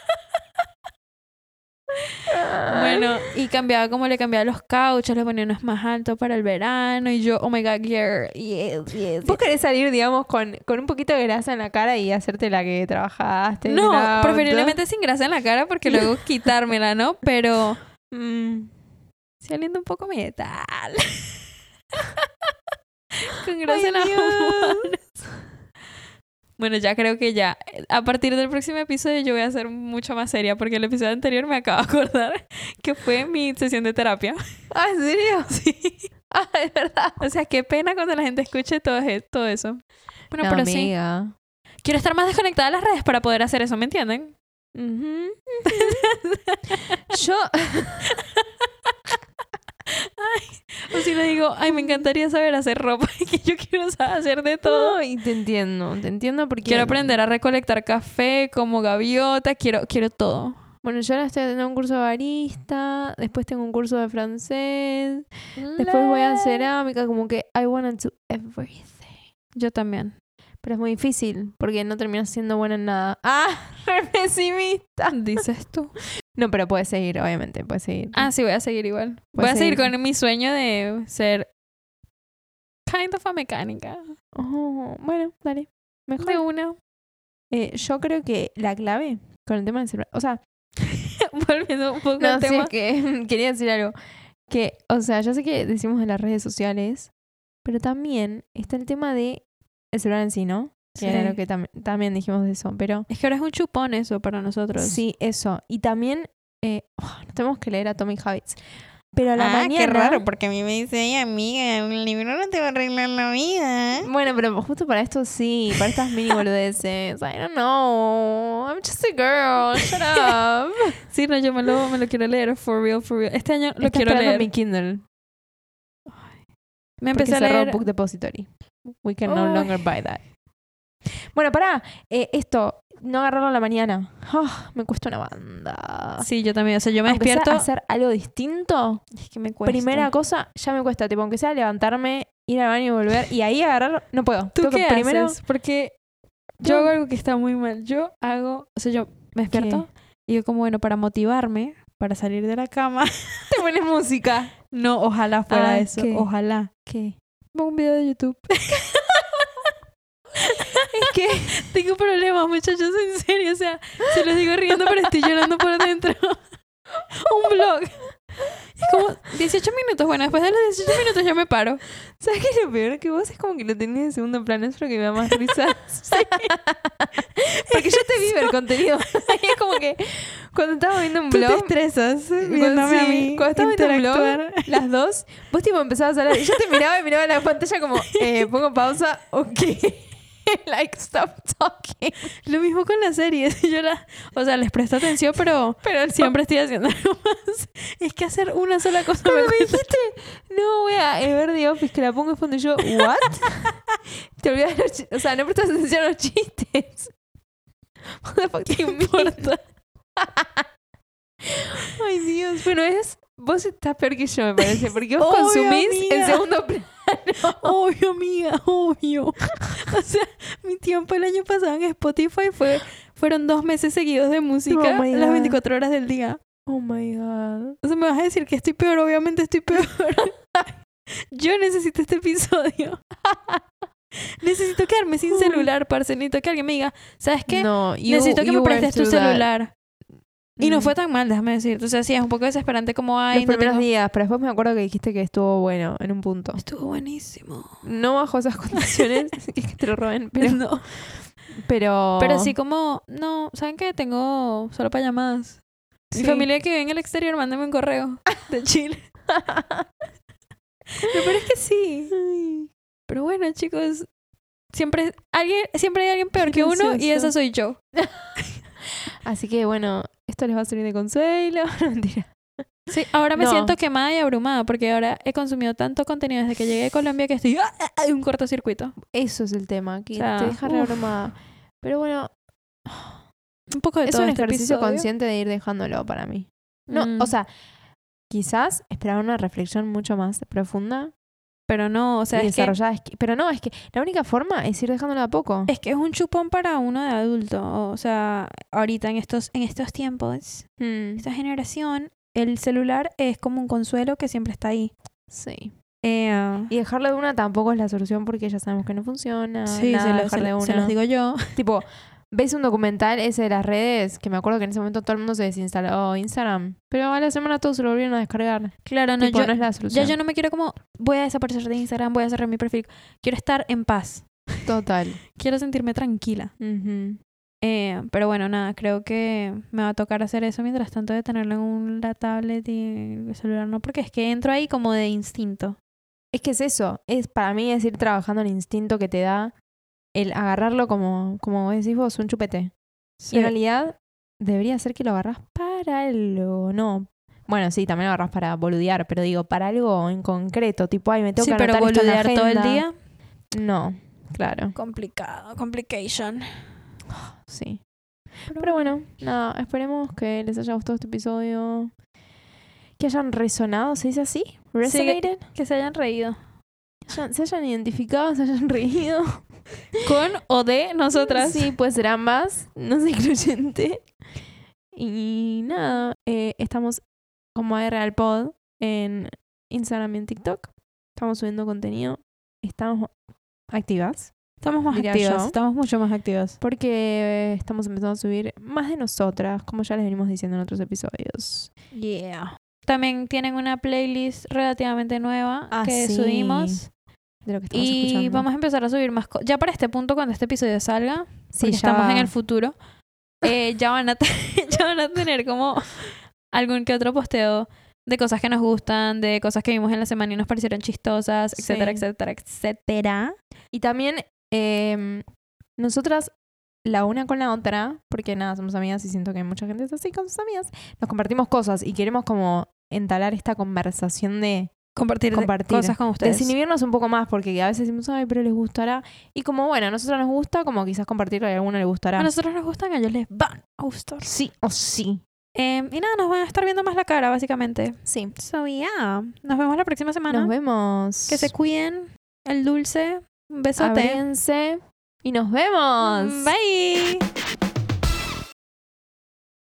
Speaker 2: Bueno, y cambiaba como le cambiaba los cauchos, le ponía unos más altos para el verano, y yo, oh my god, girl, yes, yes,
Speaker 1: Vos
Speaker 2: yes.
Speaker 1: querés salir, digamos, con, con un poquito de grasa en la cara y hacerte la que trabajaste. en
Speaker 2: No,
Speaker 1: el auto.
Speaker 2: preferiblemente sin grasa en la cara porque luego quitármela, ¿no? Pero
Speaker 1: Mm.
Speaker 2: sí oliendo un poco metal. Con
Speaker 1: Ay,
Speaker 2: grasa en la
Speaker 1: Dios.
Speaker 2: Bueno, ya creo que ya. eh, A partir del próximo episodio yo voy a ser mucho más seria porque el episodio anterior me acabo de acordar que fue mi sesión de terapia.
Speaker 1: Ah, ¿en serio?
Speaker 2: Sí.
Speaker 1: Ah, de verdad.
Speaker 2: O sea, qué pena cuando la gente escuche todo, e- todo eso. Bueno,
Speaker 1: No,
Speaker 2: pero sí.
Speaker 1: amiga.
Speaker 2: Quiero estar más desconectada de las redes para poder hacer eso, ¿me entienden?
Speaker 1: Ujú, ujú. Yo,
Speaker 2: O si le digo, ay,
Speaker 1: Mm.
Speaker 2: me encantaría saber hacer ropa y que yo quiero saber hacer de todo.
Speaker 1: Ay, te entiendo, te entiendo porque...
Speaker 2: Quiero aprender a recolectar café como gaviota, quiero, quiero todo.
Speaker 1: Bueno, yo ahora estoy haciendo un curso de barista, después tengo un curso de francés, después voy a cerámica, como que I wanna do everything.
Speaker 2: Yo también.
Speaker 1: Pero es muy difícil, porque no terminas siendo buena en nada. ¡Ah! ¡Re pesimista!
Speaker 2: Dices tú.
Speaker 1: No, pero puedes seguir, obviamente, puedes seguir.
Speaker 2: Ah, sí, voy a seguir igual. Voy
Speaker 1: Voy a
Speaker 2: a seguir
Speaker 1: seguir.
Speaker 2: con mi sueño de ser kind of a mecánica.
Speaker 1: Oh, bueno, dale. Mejor.
Speaker 2: De una.
Speaker 1: Eh, yo creo que la clave con el tema del celular. O sea,
Speaker 2: Volviendo un poco
Speaker 1: no,
Speaker 2: al
Speaker 1: sí,
Speaker 2: tema.
Speaker 1: es que quería decir algo. Que, o sea, ya sé que decimos en las redes sociales, pero también está el tema de el celular en sí, ¿no? Que era lo
Speaker 2: Sí.
Speaker 1: que tam- también dijimos de eso. Pero
Speaker 2: Es que ahora es un chupón eso para nosotros.
Speaker 1: sí, eso. Y también eh, oh, nos tenemos que leer Atomic Habits. Pero a la
Speaker 2: Ah,
Speaker 1: mañana.
Speaker 2: porque a mí me dice, "Ay, amiga, un libro no te va a arreglar la vida.
Speaker 1: Bueno, pero justo para esto sí, para estas mini boludeces. I don't know. I'm just a girl. Shut up.
Speaker 2: Sí, no, yo me lo, me lo quiero leer, for real, for real. Este año lo
Speaker 1: Está
Speaker 2: quiero
Speaker 1: esperando
Speaker 2: leer.
Speaker 1: mi Kindle.
Speaker 2: Me
Speaker 1: Porque
Speaker 2: empecé a leer.
Speaker 1: cerró Book Depository. We can no
Speaker 2: Ay.
Speaker 1: longer buy that. Bueno, pará. Eh, esto, no agarrarlo a la mañana. Ah, me cuesta una banda.
Speaker 2: Sí, yo también. O sea, yo me
Speaker 1: aunque sea
Speaker 2: despierto.
Speaker 1: hacer algo distinto,
Speaker 2: Es que me cuesta.
Speaker 1: primera cosa, ya me cuesta. Tipo, aunque sea levantarme, ir al baño y volver. Y ahí agarrar, no puedo.
Speaker 2: ¿Tú
Speaker 1: Tengo que
Speaker 2: qué
Speaker 1: primero,
Speaker 2: haces? Porque
Speaker 1: Yo-
Speaker 2: yo hago algo que está muy mal. Yo hago, o sea, yo me despierto y yo como, bueno, para motivarme, para salir de la cama.
Speaker 1: Te pones música.
Speaker 2: No, ojalá fuera
Speaker 1: Ah,
Speaker 2: eso.
Speaker 1: ¿qué?
Speaker 2: Ojalá.
Speaker 1: ¿Qué?
Speaker 2: Pongo un video de YouTube. es que tengo problemas, muchachos, en serio. O sea, se los digo riendo, pero estoy llorando por dentro. un blog. Es como 18 minutos. Bueno, después de los 18 minutos yo me paro.
Speaker 1: ¿Sabes qué es lo peor? Que vos es como que lo tenías en segundo plano. Eso es lo que me da más risa. Porque yo te vivo el contenido. es como que cuando estaba viendo un
Speaker 2: Tú te
Speaker 1: blog,
Speaker 2: estresas
Speaker 1: viéndome
Speaker 2: viéndome
Speaker 1: a
Speaker 2: a
Speaker 1: mí interactuar. las dos, vos tipo empezabas a hablar. y Yo te miraba y miraba la pantalla como, eh, pongo pausa, ok. like, stop talking.
Speaker 2: Lo mismo con las series. Yo la, o sea, les presto atención, pero
Speaker 1: Pero
Speaker 2: siempre estoy haciendo algo más. Es que hacer una sola cosa
Speaker 1: Cuando
Speaker 2: me
Speaker 1: me
Speaker 2: cuesta.
Speaker 1: dijiste, no, voy a eh, ver The Office, que la pongo de fondo. Y yo, ¿what? te olvidas de los chi- O sea, no prestas atención a los chistes. What the fuck do you mean?
Speaker 2: importa.
Speaker 1: Ay, Dios. Bueno, es... Vos estás peor que yo, me parece. Porque vos
Speaker 2: Obvio,
Speaker 1: consumís en
Speaker 2: amiga.
Speaker 1: segundo plano.
Speaker 2: Obvio, amiga, obvio. O sea, mi tiempo el año pasado en Spotify fue, fueron dos meses seguidos de música
Speaker 1: Oh my
Speaker 2: las
Speaker 1: God.
Speaker 2: 24 horas del día.
Speaker 1: Oh, my God.
Speaker 2: O sea, me vas a decir que estoy peor, obviamente estoy peor. Yo necesito este episodio. Necesito quedarme sin
Speaker 1: Uy.
Speaker 2: celular, parce. Necesito que alguien me diga, ¿sabes qué?
Speaker 1: No, you-
Speaker 2: Necesito que
Speaker 1: you
Speaker 2: me
Speaker 1: went
Speaker 2: prestes tu
Speaker 1: through that.
Speaker 2: celular. Y no
Speaker 1: Mm.
Speaker 2: fue tan mal, déjame decirte. O sea, sí, es un poco desesperante como hay.
Speaker 1: Los primeros días, pero después me acuerdo que dijiste que estuvo bueno en un punto.
Speaker 2: Estuvo buenísimo.
Speaker 1: No bajo esas condiciones, que es que te lo roben, pero...
Speaker 2: no.
Speaker 1: Pero,
Speaker 2: Pero sí como, no, ¿saben qué? Tengo solo para llamadas.
Speaker 1: Sí.
Speaker 2: Mi familia que vive en el exterior, mándame un correo de Chile. Lo peor es que sí. Pero bueno, chicos, siempre, alguien, siempre hay alguien peor
Speaker 1: Qué
Speaker 2: que uno y
Speaker 1: gracioso.
Speaker 2: esa soy yo.
Speaker 1: Así que bueno, esto les va a servir de consuelo. No, mentira.
Speaker 2: Sí, ahora me
Speaker 1: No.
Speaker 2: siento quemada y abrumada porque ahora he consumido tanto contenido desde que llegué a Colombia que estoy ¡ah! ah, ah! en un cortocircuito.
Speaker 1: Eso es el tema, que
Speaker 2: O sea,
Speaker 1: te deja
Speaker 2: uf.
Speaker 1: rearmada. Pero bueno,
Speaker 2: Un poco de
Speaker 1: es
Speaker 2: todo
Speaker 1: un
Speaker 2: este
Speaker 1: ejercicio
Speaker 2: episodio.
Speaker 1: consciente de ir dejándolo para mí. No,
Speaker 2: Mm.
Speaker 1: o sea, quizás esperaba una reflexión mucho más profunda
Speaker 2: Pero no, o sea,
Speaker 1: y
Speaker 2: es que,
Speaker 1: desarrollada. Es que- pero no, es que la única forma es ir dejándolo de a poco.
Speaker 2: es que es un chupón para uno de adulto. O sea, ahorita en estos, en estos tiempos,
Speaker 1: Mm,
Speaker 2: esta generación, el celular es como un consuelo que siempre está ahí.
Speaker 1: sí.
Speaker 2: Eh,
Speaker 1: Y dejarlo de una tampoco es la solución porque ya sabemos que no funciona.
Speaker 2: sí,
Speaker 1: nada,
Speaker 2: se, lo-
Speaker 1: dejar
Speaker 2: se-
Speaker 1: de
Speaker 2: se
Speaker 1: una.
Speaker 2: los digo yo.
Speaker 1: Tipo, ves un documental ese de las redes, que me acuerdo que en ese momento todo el mundo se desinstaló Instagram. Pero a la semana todos se lo volvieron a descargar.
Speaker 2: Claro, no,
Speaker 1: No,
Speaker 2: yo,
Speaker 1: no es la
Speaker 2: ya
Speaker 1: solución.
Speaker 2: yo no me quiero como, voy a desaparecer de Instagram, voy a cerrar mi perfil. Quiero estar en paz.
Speaker 1: Total.
Speaker 2: Quiero sentirme tranquila.
Speaker 1: Ujú.
Speaker 2: Eh, pero bueno, nada, creo que me va a tocar hacer eso mientras tanto de tenerlo en un, la tablet y en el celular, no, porque es que entro ahí como de instinto.
Speaker 1: Es que es eso. Es, para mí es ir trabajando el instinto que te da el agarrarlo como, como decís vos, un chupete. Y en realidad debería ser que lo agarras para algo, no. Bueno, sí, también lo agarras para boludear, pero digo, para algo en concreto. Tipo, ay, me tengo
Speaker 2: Sí,
Speaker 1: que
Speaker 2: pero
Speaker 1: anotar esto en la
Speaker 2: boludear todo el
Speaker 1: agenda.
Speaker 2: día.
Speaker 1: No, claro,
Speaker 2: Complicado, complication.
Speaker 1: sí. Pero bueno, nada, esperemos que les haya gustado este episodio. Que hayan resonado, ¿se dice así? ¿Resonated?
Speaker 2: Que se hayan reído.
Speaker 1: Hayan- se hayan identificado, se hayan reído.
Speaker 2: Con o de nosotras.
Speaker 1: Sí, pues ser ambas, no sé incluyente. Y nada, eh, estamos como ARRealPod Pod en Instagram y en TikTok. Estamos subiendo contenido. Estamos activas
Speaker 2: Estamos más
Speaker 1: Diría
Speaker 2: activas.
Speaker 1: yo.
Speaker 2: Estamos mucho más activas.
Speaker 1: porque eh, estamos empezando a subir más de nosotras, como ya les venimos diciendo en otros episodios.
Speaker 2: Yeah. También tienen una playlist relativamente nueva
Speaker 1: Ah,
Speaker 2: que
Speaker 1: sí.
Speaker 2: subimos.
Speaker 1: De lo que estamos
Speaker 2: Y
Speaker 1: escuchando.
Speaker 2: vamos a empezar a subir más cosas. Ya para este punto, cuando este episodio salga,
Speaker 1: sí,
Speaker 2: porque
Speaker 1: ya
Speaker 2: estamos en el futuro, eh, ya, van a te- ya van a tener como algún que otro posteo de cosas que nos gustan, de cosas que vimos en la semana y nos parecieron chistosas, etcétera,
Speaker 1: Sí.
Speaker 2: etcétera, etcétera.
Speaker 1: Y también em, nosotras, la una con la otra, porque nada, somos amigas y siento que mucha gente es así con sus amigas, nos compartimos cosas y queremos como entalar esta conversación de
Speaker 2: Compartir, de-
Speaker 1: Compartir.
Speaker 2: cosas con ustedes.
Speaker 1: desinhibirnos un poco más, porque a veces decimos, ay, pero les gustará. Y como, bueno, a nosotras nos gusta, como quizás compartirlo y a alguno le gustará.
Speaker 2: A nosotros nos gustan, a ellos les van a gustar.
Speaker 1: sí o sí.
Speaker 2: Em, y nada, nos van a estar viendo más la cara, básicamente.
Speaker 1: Sí.
Speaker 2: So, yeah. Nos vemos la próxima semana.
Speaker 1: Nos vemos.
Speaker 2: Que se cuiden. El dulce. Un besote. Mm,
Speaker 1: Abríense y nos vemos.
Speaker 2: Bye.